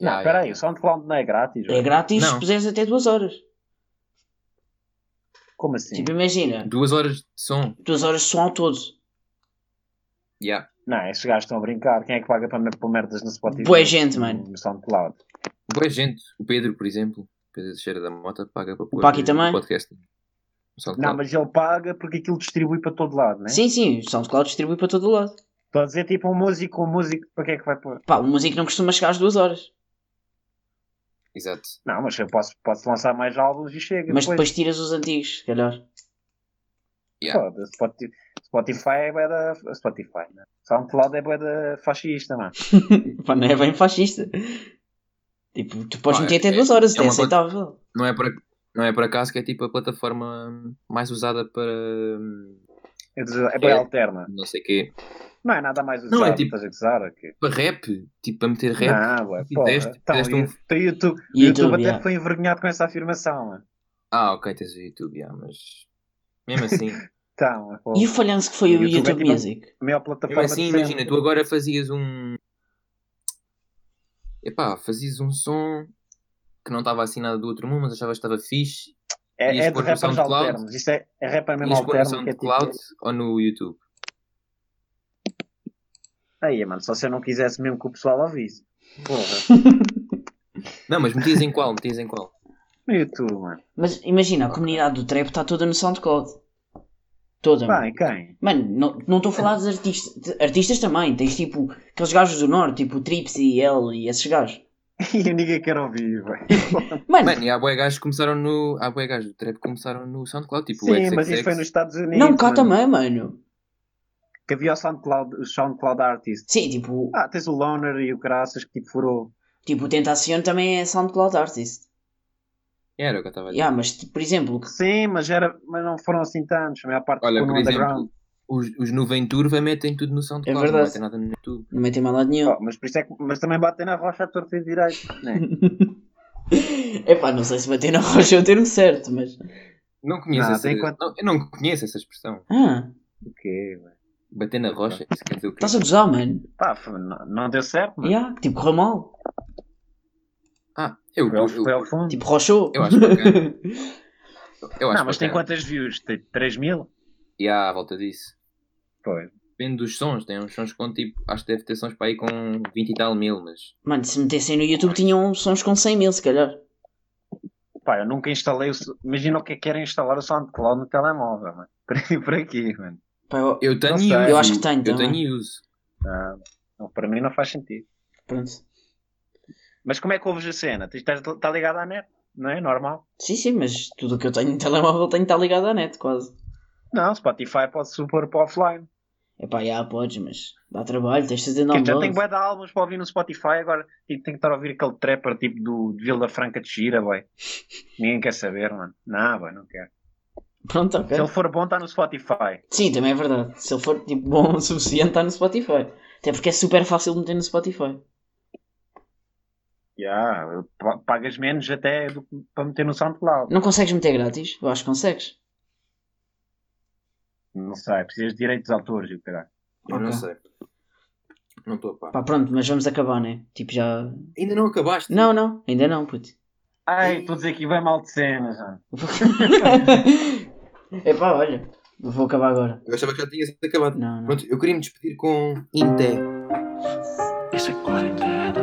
C: Não,
D: Ah,
C: peraí,
D: é.
C: o SoundCloud não é grátis,
B: É
C: ué.
B: grátis se
D: Não.
B: puseres até duas horas.
C: Como assim?
B: Tipo, imagina,
D: é. Duas horas de som?
B: duas horas só ao todo.
D: Yeah.
C: Não, estes gajos estão a brincar. Quem é que paga para, para merdas no Spotify?
B: Boa gente, mano.
C: No SoundCloud.
D: Boa gente. O Pedro, por exemplo. Pedro Cheira da Mota paga para pôr
B: Paqui também?
D: podcast. No SoundCloud.
C: Não, mas ele paga porque aquilo distribui para todo lado, né?
B: Sim, sim, o SoundCloud distribui para todo lado.
C: Estou a dizer, tipo, um músico, um músico, para que é que vai pôr?
B: Pá, o músico não costuma chegar às duas horas.
D: Exato.
C: Não, mas eu posso, posso lançar mais álbuns e chega.
B: Mas depois tiras os antigos, se calhar.
D: Yeah.
C: Foda-se, Spoti- Spotify é bué da. Spotify, né? SoundCloud é bué da fascista, mano.
B: Pá, não é bem fascista. Tipo, tu podes
D: Pá,
B: meter até
D: é-
B: duas horas,
D: é
B: até é
D: uma coisa-
B: aceitável.
D: Não, é por, ac- não é por acaso que é tipo a plataforma mais usada para hum,
C: Eu digo, É bué
D: É.
C: alterna.
D: não sei quê.
C: Não é nada mais usado.
D: Não, é tipo-
C: Estás a gozar aqui.
D: Para rap. Tipo para meter rap.
C: Não, ué, porra.
D: Fizeste-
C: Então,
D: fizeste um-
C: e- então, YouTube, o
B: YouTube,
C: YouTube até
B: yeah.
C: foi envergonhado com essa afirmação, mano.
D: Ah, ok, tens o YouTube, yeah, mas mesmo
C: *laughs*
D: assim.
C: Então, pô,
B: E o falhanço que foi o
C: O YouTube é
B: YouTube
C: tipo-
B: Music?
C: a maior
D: mesmo
C: plataforma
D: assim,
C: de sempre.
D: imagina, tu agora fazias um. Epá, fazias um som que não estava assim nada do outro mundo, mas achavas que estava fixe.
C: é,
D: ias
C: é de
D: pôr no
C: rappers
D: SoundCloud,
C: alternos. Isto é, é rapper mesmo
D: Ias pôr no
C: alterno. Que é tipo,
D: SoundCloud ou no YouTube.
C: aí, mano, só se eu não quisesse mesmo que o pessoal ouvisse.
D: *laughs*
C: Porra,
D: Não, mas metias em qual? Metias
C: *laughs*
D: em qual?
C: no YouTube, mano.
B: Mas imagina, a
D: Ok.
B: comunidade do trap está toda no SoundCloud.
D: Hum.
B: Toda.
C: Pá,
B: mano.
C: e quem? *laughs*
B: Mano, não não estou a falar dos artistas. de- Artistas também. Tens tipo aqueles gajos do norte, tipo Trips e L e esses gajos.
C: E ninguém quer ouvir, velho.
B: Mano,
D: Mano, e há bué gajos que começaram no. Há bué gajos do trap que começaram no SoundCloud, tipo o
C: Sim,
D: XXX.
C: mas isso foi nos Estados Unidos.
B: não, cá
C: mano,
B: também, mano.
C: Que havia o SoundCloud, o SoundCloud Artist.
B: Sim, tipo,
C: Ah, tens o Loner e o Graças que tipo furou.
B: tipo o Tentacion também é SoundCloud Artist.
D: Era o que eu estava a dizer.
B: Yeah, mas tipo, por exemplo,
C: Sim, mas, era, mas não foram assim tantos. A maior parte
D: Olha,
C: ficou no
D: por
C: underground. É
D: exemplo, os, os Nuvem Turva metem tudo no SoundCloud, não
B: verdade.
D: metem nada no YouTube.
B: não metem mal lado nenhum.
C: Oh, mas, por isso é que, mas também batem na rocha a torta e direito. Né?
B: Epá, não sei se bater *laughs* na rocha é o termo certo, mas.
D: Não conheço
C: Não,
D: essa
C: tem quanto-
D: não, Eu não conheço essa expressão.
B: Ah,
C: o quê, velho?
D: Bater na rocha, isso quer dizer o quê?
B: estás a gozar, mano.
C: Pá, foi- não, não deu certo, mano.
B: Yeah, tipo, correu mal.
D: Ah, eu,
C: Foi ao,
D: eu,
C: foi
D: eu,
C: ao fundo.
B: Tipo, rochou.
D: eu acho
C: *laughs*
D: é bacana. Eu acho
C: não, mas tem
D: bacana.
C: quantas views? Tem 3 mil?
D: E há à volta disso.
C: Pois.
D: Depende dos sons, tem uns sons com tipo. Acho que deve ter sons para aí com 20 e tal mil, mas.
B: *laughs* Mano, se metessem no YouTube tinham sons com 100 mil, se calhar.
C: Pá, eu nunca instalei o. Imagina o que é que era instalar o SoundCloud no telemóvel, mano. *laughs* Por, aí- por aqui, mano.
B: Pá, eu-
D: Eu tenho
C: Não sei.
D: uso.
C: Eu
B: acho que tenho
D: Eu
B: também.
D: tenho e uso.
C: Não, Ah, não, para mim não faz sentido.
B: Pronto.
C: Mas como é que ouves a cena? Tu Estás, está ligado à net? Não é normal?
B: Sim, sim, mas tudo o que eu tenho no telemóvel tenho que estar ligado à net, quase.
C: Não, Spotify pode supor para offline.
B: Epá, já podes, mas dá trabalho, tens de fazer
C: Tipo, já
B: download.
C: tenho bué de álbuns para ouvir no Spotify, agora tipo, tenho que estar a ouvir aquele trapper tipo do de Vila Franca de Gira, boy. Ninguém quer saber, mano. Não, boy, não quero.
B: Pronto, ok.
C: Se ele for bom, está no Spotify.
B: Sim, também é verdade. Se ele for tipo, bom *laughs* o suficiente, está no Spotify. Até porque é super fácil meter no Spotify.
C: Yeah, pa- pagas menos até do que para meter no SoundCloud.
B: Não consegues meter grátis? Eu acho que consegues.
C: Não sei, precisas de direitos de autores e o caralho.
D: Eu não
B: Ok.
D: sei. Não estou a par.
B: Pá, pronto, mas vamos acabar, né? Tipo, já.
D: Ainda não acabaste?
B: Não, não, ainda não, puto. *laughs*
C: Ai, estou a dizer que vai mal de cenas, mano.
B: Epá, olha, vou acabar agora.
D: Eu achava que já tinhas acabado.
B: Não, não.
D: Pronto, eu queria me despedir com Inte.
E: Isso é quarentena.
A: é